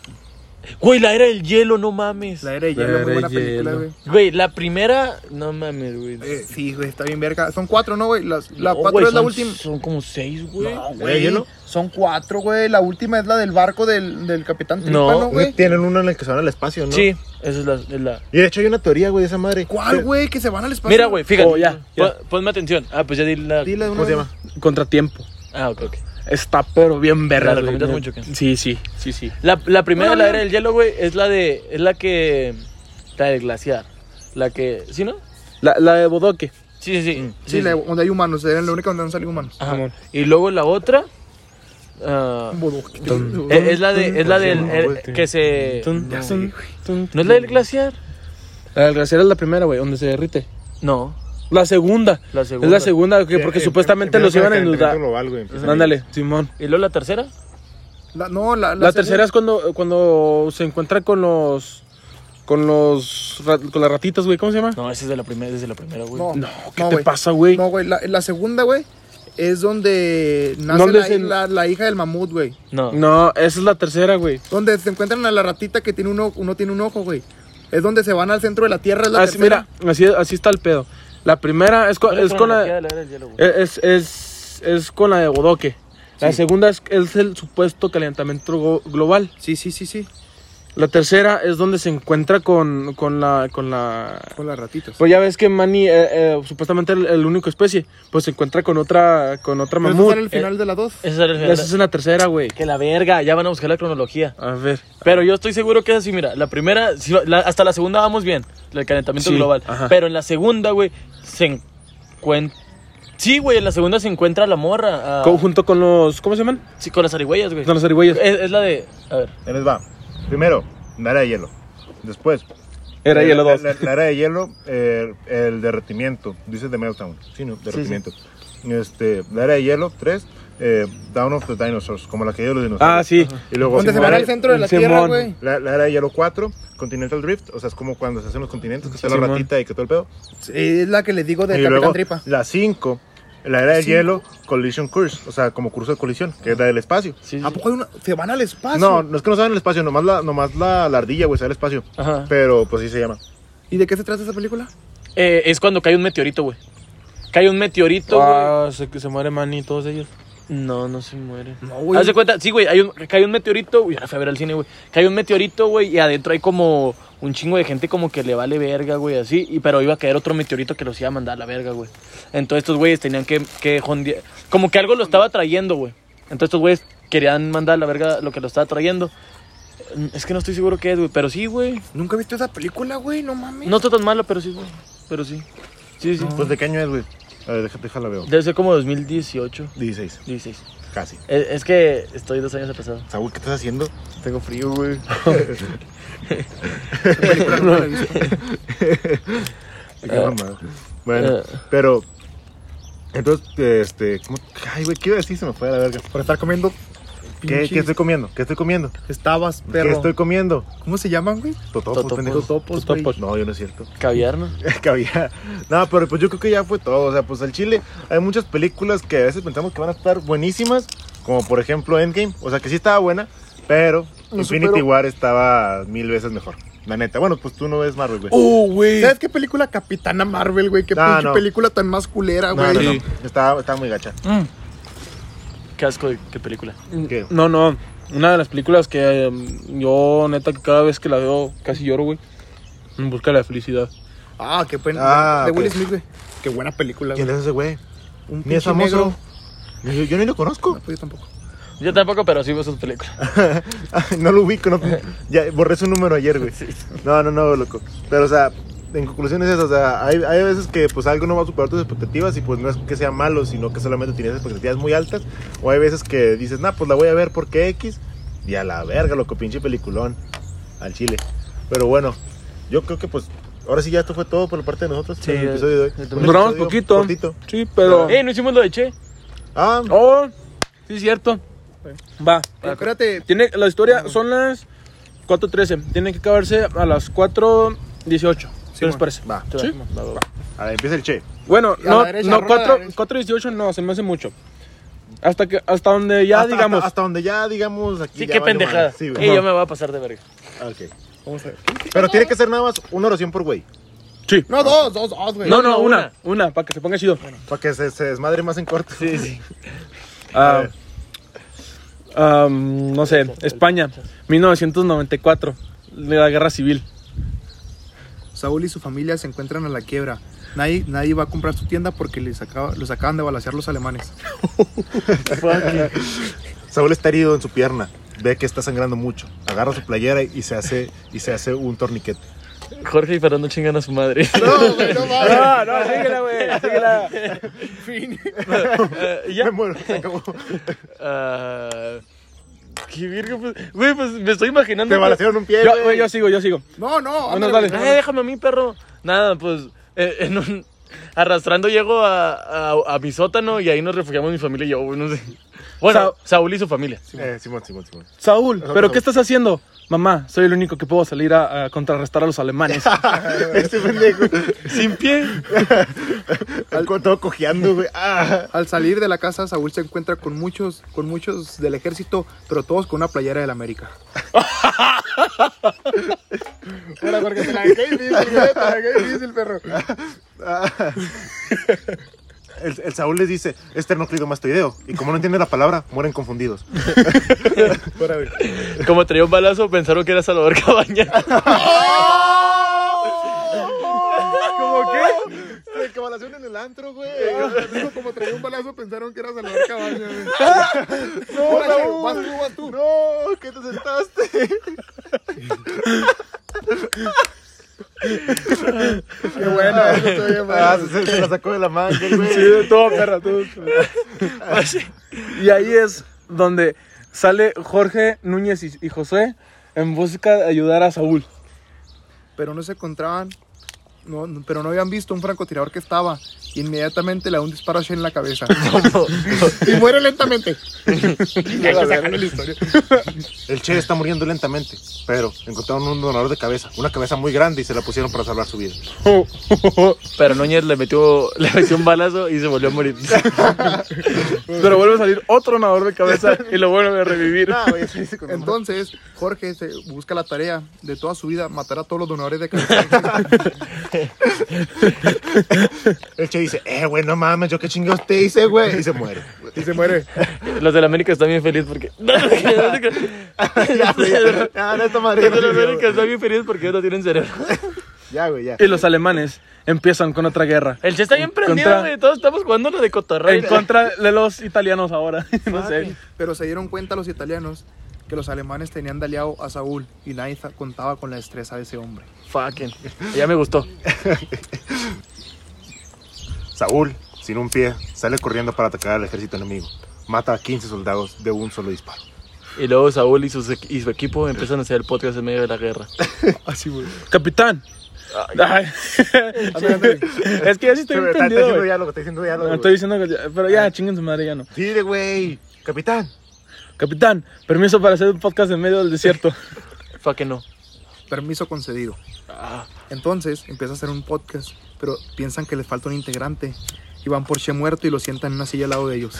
Güey, la era del hielo, no mames. La era de La hielo, Era de muy buena Hielo. película, güey. Güey, la primera, no mames, güey. Eh, sí, güey, está bien verga. Son cuatro, ¿no, güey? Las- La No, cuatro güey, es la son- última. Son como seis, güey. No, ¿Era de güey. hielo? Son cuatro, güey. La última es la del barco del, del capitán Tripa, No, ¿no, güey? Tienen una en la que se van al espacio, ¿no? Sí, esa es la... es la- Y de hecho hay una teoría, güey, de esa madre. ¿Cuál, Sí. güey? Que se van al espacio. Mira, güey, fíjate. Oh, ya, ya. Pon- ponme atención. Ah, pues ya di la... Dile de una ¿Cómo se vez. llama? Contratiempo. Ah, ok, ok. Está pero bien verga. ¿La recomiendas mucho, qué? Sí, sí, sí, sí. La, la primera de la era del hielo, güey, es la de. Es la que. La del glaciar. La que. ¿Sí, no? La, la de Bodoque. Sí, sí, sí. Sí, la- donde hay humanos, era la única donde no salen humanos. Ajá. Simón. Y luego la otra. ah, Bodoque. Pues, eh, es la de. Es la del. no, el- güey. que se. Tun, No, tun, tun, ¿No es la del glaciar? La del glaciar es la primera, güey, donde se derrite. No. La segunda. La Es segunda. la segunda, que- porque Eh, supuestamente em- los empieza iban a el inundar. calentamiento global, güey, empieza Ándale, Simón. ¿Y luego la tercera? La, no, la, La, tercera es cuando, cuando se encuentra con los. Con los. ra- Con las ratitas, güey. ¿Cómo se llama? No, esa es de la primera, desde la primera, güey. No, No, ¿qué no, te güey. pasa, güey? No, güey, la, la segunda, güey, es donde nace No la, les en- la- la hija del mamut, güey. No. No, esa es la tercera, güey. Donde se encuentran a la ratita que tiene uno, uno tiene un ojo, güey. Es donde se van al centro de la tierra. Es la Así, tercera. Ah, mira, así, así está el pedo. La primera es con, ¿Cuál es es con la la. de la era del hielo, güey? Es, es, es con la de Bodoque. La segunda es, es el supuesto calentamiento go- global. Sí, sí, sí, sí. La tercera es donde se encuentra con, con la. con la. Con las ratitas. Pues ya ves que Manny, eh, eh, supuestamente el, el único especie, pues se encuentra con otra. con otra Pero eso mamut. eh, sale al final de la dos. Esa era el Esa es en la tercera, güey. Que la verga, ya van a buscar la cronología. A ver. Pero yo estoy seguro que es así, mira, la primera, si lo- la- hasta la segunda vamos bien, el calentamiento Sí, global. ajá. Pero en la segunda, güey, se encuentra... Sí, güey, en la segunda se encuentra la morra. ah, Co- junto con los. ¿Cómo se llaman? sí, con las arigüeyas, güey. Con los arigüeyas. Es, es la de... A ver. Ahí les va. Primero, la era de hielo. Después. Era la- hielo 2. La, la era de hielo, eh, el derretimiento. Dices de Meltdown. Sí, no, derretimiento. Este, la era de hielo, 3. Down of the Dinosaurs, como la caída de los dinosaurios. Ah, sí. Y luego, Donde se Simón, van al centro de la Simón. tierra, güey. la, la era de hielo 4, Continental Drift, o sea, es como cuando se hacen los continentes, que está la Simón. ratita y que todo el pedo. Sí, Es la que les digo de y Capitán luego, Tripa. la 5, la era de hielo, Collision Curse, o sea, como curso de colisión, que es la del espacio. Sí, sí, Ah, ¿A sí. pues. poco hay una- se van al espacio? No, no es que no saben el espacio, nomás la, nomás la, la ardilla, güey, sabe el espacio. Ajá. Pero pues sí se llama. ¿Y de qué se trata esa película? Eh, es cuando cae un meteorito, güey. Cae un meteorito, güey. Ah, se, que se muere Manny y todos ellos. No, no se muere. No, güey. Haz de cuenta, sí, güey, hay un, cae un meteorito, güey, ahora fui a ver al cine, güey. Cae un meteorito, güey, y adentro hay como un chingo de gente como que le vale verga, güey, así. Y, pero iba a caer otro meteorito que los iba a mandar a la verga, güey. Entonces estos güeyes tenían que, que jondear- Como que algo lo estaba trayendo, güey. Entonces estos güeyes querían mandar a la verga lo que lo estaba trayendo. Mm, Es que no estoy seguro qué es, güey, pero sí, güey. Nunca he visto esa película, güey, no mames. No está tan mala, pero sí, güey. Pero sí. Sí, sí. Pues de qué año es, güey. A ver, déjate, déjala veo. Debe ser como 2018, 16, 16. casi. E, Es, es que estoy dos años atrasado. Saúl, ¿qué estás haciendo? Tengo frío, güey. Ay, qué mamada. Bueno, pero. Entonces, este. ¿cómo? Ay, güey, ¿qué iba a decir? Se me fue a la verga. Por estar comiendo ¿Qué, pinches ¿Qué estoy comiendo? ¿Qué estoy comiendo? estabas, perro. ¿Qué estoy comiendo? ¿Cómo se llaman, güey? Totopos, Totopos. pendejo. Totopos, güey. Totopos. No, yo no es cierto. Caviar, ¿no? que había. No, pero pues yo creo que ya fue todo. O sea, pues al Chile hay muchas películas que a veces pensamos que van a estar buenísimas, como por ejemplo Endgame. O sea, que sí estaba buena, pero No Infinity superó. War estaba mil veces mejor. La neta. Bueno, pues tú no ves Marvel, güey. Oh, güey. ¿Sabes qué película Capitana Marvel, güey? Qué No, pinche no. película tan más culera, no, no, Ah, güey. no. Sí. Estaba, estaba muy gacha. Qué asco de qué película. ¿Qué? No, no. Una de las películas que em, yo, neta, que cada vez que la veo casi lloro, güey. En busca de la felicidad. Ah, qué pena. Ah, de ok. Will Smith, güey. Qué buena película, ¿Quién güey. es ese güey? Un Ni es pinche negro. famoso. Ni- Yo, yo ni lo conozco. No, pues yo tampoco. Yo tampoco, pero sí veo sus películas. Ay, no lo ubico, no. Ya borré su número ayer, güey. No, no, no, loco. Pero, o sea, en conclusión es eso. O sea, hay, hay veces que pues algo no va a superar tus expectativas y pues no es que sea malo, sino que solamente tienes expectativas muy altas. O hay veces que dices, nah, pues la voy a ver porque X. Y a la verga, loco, pinche peliculón. Al chile. Pero bueno, yo creo que pues ahora sí ya esto fue todo por parte de nosotros. Sí, en el episodio de hoy. ya- ya Un Duramos episodio poquito. cortito. Sí, pero. ¡Eh, no hicimos lo de Che! Ah, Oh, sí, es cierto. Va. Pero espérate. Tiene, la historia son las 4.13. Tiene que acabarse a las 4.18. ¿Qué les parece? va. Sí. A ver, empieza el che. Bueno, Y a no, la derecha, no, rola a la 4 derecha. 4.18 no, se me hace mucho. Hasta, que, hasta donde ya Hasta- digamos. Hasta, hasta donde ya digamos aquí. Sí, ya qué valió pendejada. madre. Sí, güey. y yo me voy a pasar de verga. Ah, ok. Vamos a ver. Pero tiene que ser nada más una oración por güey. Sí. No, dos, dos, dos, güey. No, no, no, una. una, una, para que se ponga chido. Para que se, se desmadre más en corto. Sí, sí. Ah, ver. ah, no sé, España, 1994, la guerra civil. O Saúl y su familia se encuentran a la quiebra. Nadie, nadie va a comprar su tienda porque les acaba- los acaban de balasear los alemanes. Saúl está herido en su pierna. Ve que está sangrando mucho. Agarra su playera y se hace, y se hace un torniquete. Jorge y Fernando chingan a su madre. No, güey, no mames. No, no, síguela, güey. Síguela. Fin. Eh, ya. Me muero, se acabó. Ah, qué virgo, pues. Güey, pues me estoy imaginando. Te pues. balacearon un pie. Yo, güey. güey, yo sigo, yo sigo. No, no. Bueno, ándale, dale. güey. Eh, déjame a mí, perro. Nada, pues eh, en un- arrastrando llego a, a- a mi sótano y ahí nos refugiamos mi familia y yo, güey, no sé. Bueno, Sa- Saúl y su familia. Eh, Simón, Simón, Simón. Saúl, Nosotros ¿pero somos- qué estás haciendo? Mamá, soy el único que puedo salir a, a contrarrestar a los alemanes. Este pendejo. Sin pie. Al todo cojeando, güey. Ah. Al salir de la casa, Saúl se encuentra con muchos, con muchos del ejército, pero todos con una playera del América. Ahora, porque te la dejé difícil, güey, te la dejé difícil, perro. ah. El, el Saúl les dice, es esternocleidomastoideo. Y como no entienden la palabra, mueren confundidos. Fuera, güey. Como traía un balazo, pensaron que era Salvador Cabaña. ¿Cómo qué? Se cabalación en el antro, güey. Ah, Dijo, como traía un balazo, pensaron que era Salvador Cabaña, güey. No, Saúl. Vas tú, vas tú. No, que te sentaste. Qué bueno, eso está bien, Ah, güey. se, se la sacó de la manga, güey. Sí, todo perra, todo. Pues Y ahí es donde sale Jorge Núñez y, y José en busca de ayudar a Saúl. Pero no se encontraban, no, no- pero no habían visto un francotirador que estaba. Inmediatamente le da un disparo a Shane en la cabeza. y muere lentamente. El Che está muriendo lentamente, pero encontraron un donador de cabeza, una cabeza muy grande y se la pusieron para salvar su vida. Pero Núñez le metió, le metió un balazo y se volvió a morir. Pero vuelve a salir otro nadador de cabeza y lo vuelve a revivir. Entonces, Jorge se busca la tarea de toda su vida, matar a todos los donadores de cabeza. El Che dice, eh, güey, no mames, yo qué chingados te hice, güey. Y se muere. y se muere. Los del América están bien felices porque. ya, güey, ya. Los Ya, no, esta madre. del América están bien felices porque ellos no tienen cerebro. Ya, güey, ya. Y los alemanes empiezan con otra guerra. El Che está bien prendido, Contra- güey. Todos estamos jugando lo de cotorreo. En contra de los italianos ahora. No sé. Pero se dieron cuenta los italianos que los alemanes tenían de aliado a Saúl y nadie za- contaba con la destreza de ese hombre. Fucking. Ya me gustó. Saúl, sin un pie, sale corriendo para atacar al ejército enemigo. Mata a 15 soldados de un solo disparo. Y luego Saúl y, sus equ- y su equipo empiezan a hacer el podcast en medio de la guerra. Así, güey. Capitán. Ay. es que yo sí estoy Pero está, está entendido. diciendo güey. diálogo, está diciendo diálogo. No, estoy diciendo que. ya- Pero ya, chinguen su madre, ya no. güey. Dile, güey. Capitán. Capitán, permiso para hacer un podcast en medio del desierto. Fucking no. Permiso concedido. Ah, Entonces empieza a hacer un podcast, pero piensan que les falta un integrante. Y van por Che muerto y lo sientan en una silla al lado de ellos.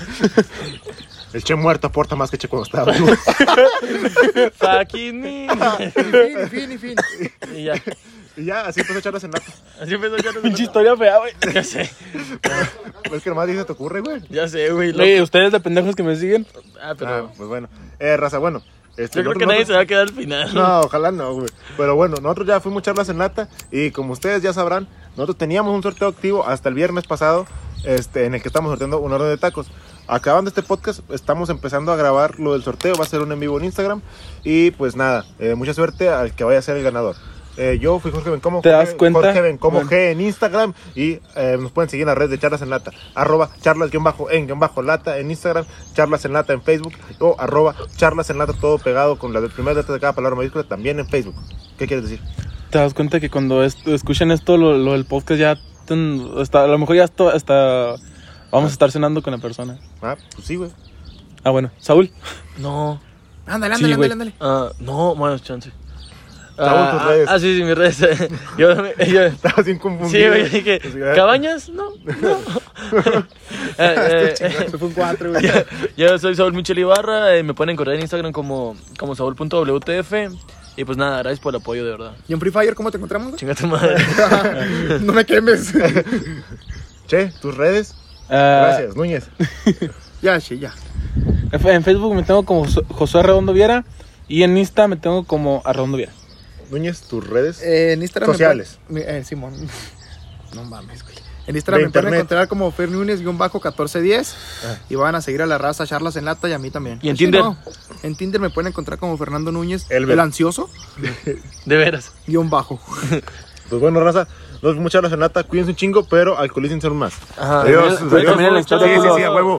El Che muerto aporta más que Che cuando estaba vivo. fucking me. Y fin, y fin, y fin. Y ya. Y ya, así empezó a echarlas en la... Así empezó ya. Pinche historia fea, güey. Ya sé. Es que nomás dice, te ocurre, güey. Ya sé, güey. loco. Oye, ustedes de pendejos que me siguen. Ah, pero. Ah, pues bueno. Eh, raza, bueno. Este, yo creo nosotros- que nadie se va a quedar al final. No, ojalá no, güey. Pero bueno, nosotros ya fuimos charlas en lata y como ustedes ya sabrán, nosotros teníamos un sorteo activo hasta el viernes pasado este, en el que estamos sorteando un orden de tacos. Acabando este podcast, estamos empezando a grabar lo del sorteo, va a ser un en vivo en Instagram y pues nada, eh, mucha suerte al que vaya a ser el ganador. Eh, yo fui Jorge Bencomo. ¿Te Jorge- das cuenta? Jorge Bencomo Bueno. G en Instagram y eh, nos pueden seguir en las redes de Charlas en Lata. Arroba charlas guión bajo en guión bajo lata en Instagram, Charlas en Lata en Facebook o arroba Charlas en Lata todo pegado con la del primer letra de cada palabra mayúscula también en Facebook. ¿Qué quieres decir? Te das cuenta que cuando es- escuchen esto, lo, lo del podcast ya. ten- hasta, a lo mejor ya esto, hasta. Vamos a estar cenando con la persona. Ah, pues sí, güey. Ah, bueno. Saúl. No. Ándale, Sí, ándale, güey. ándale, ándale. Ah, no, bueno, chance. Raúl, tus redes. Ah, sí, sí, mis redes. yo, yo, Estaba bien sí, confundido. Pues, güey, dije, Así que- ¿cabañas? No, no. Eh, eh, Se fue un cuatro, güey. yo, yo soy Saúl Michel Ibarra, eh, me pueden encontrar en Instagram como, como saúl.wtf y pues nada, gracias por el apoyo, de verdad. ¿Y en Free Fire cómo te encontramos, güey? Chinga tu madre. no me quemes. Che, tus redes. Ah, Gracias, Núñez. ya, che, ya. En Facebook me tengo como Jos- Josué Redondo Viera y en Insta me tengo como Arredondo Viera. Núñez, tus redes. Eh, en Instagram. me Sociales. pueden- mi- eh, Simón. No mames, güey. En Instagram De me pueden internet. encontrar como Fer Núñez-1410. Ah. Y van a seguir a la raza, charlas en lata y a mí también. ¿Y en Sí, Tinder? no. En Tinder me pueden encontrar como Fernando Núñez, el, El- ansioso, De veras. guión bajo. Pues bueno, raza, nos vemos mucha la sonata, cuídense un chingo, pero alcoholícense aún más. Ajá. Adiós. Ah, También- también en Adiós. el estátulo. Sí, sí, sí, a huevo.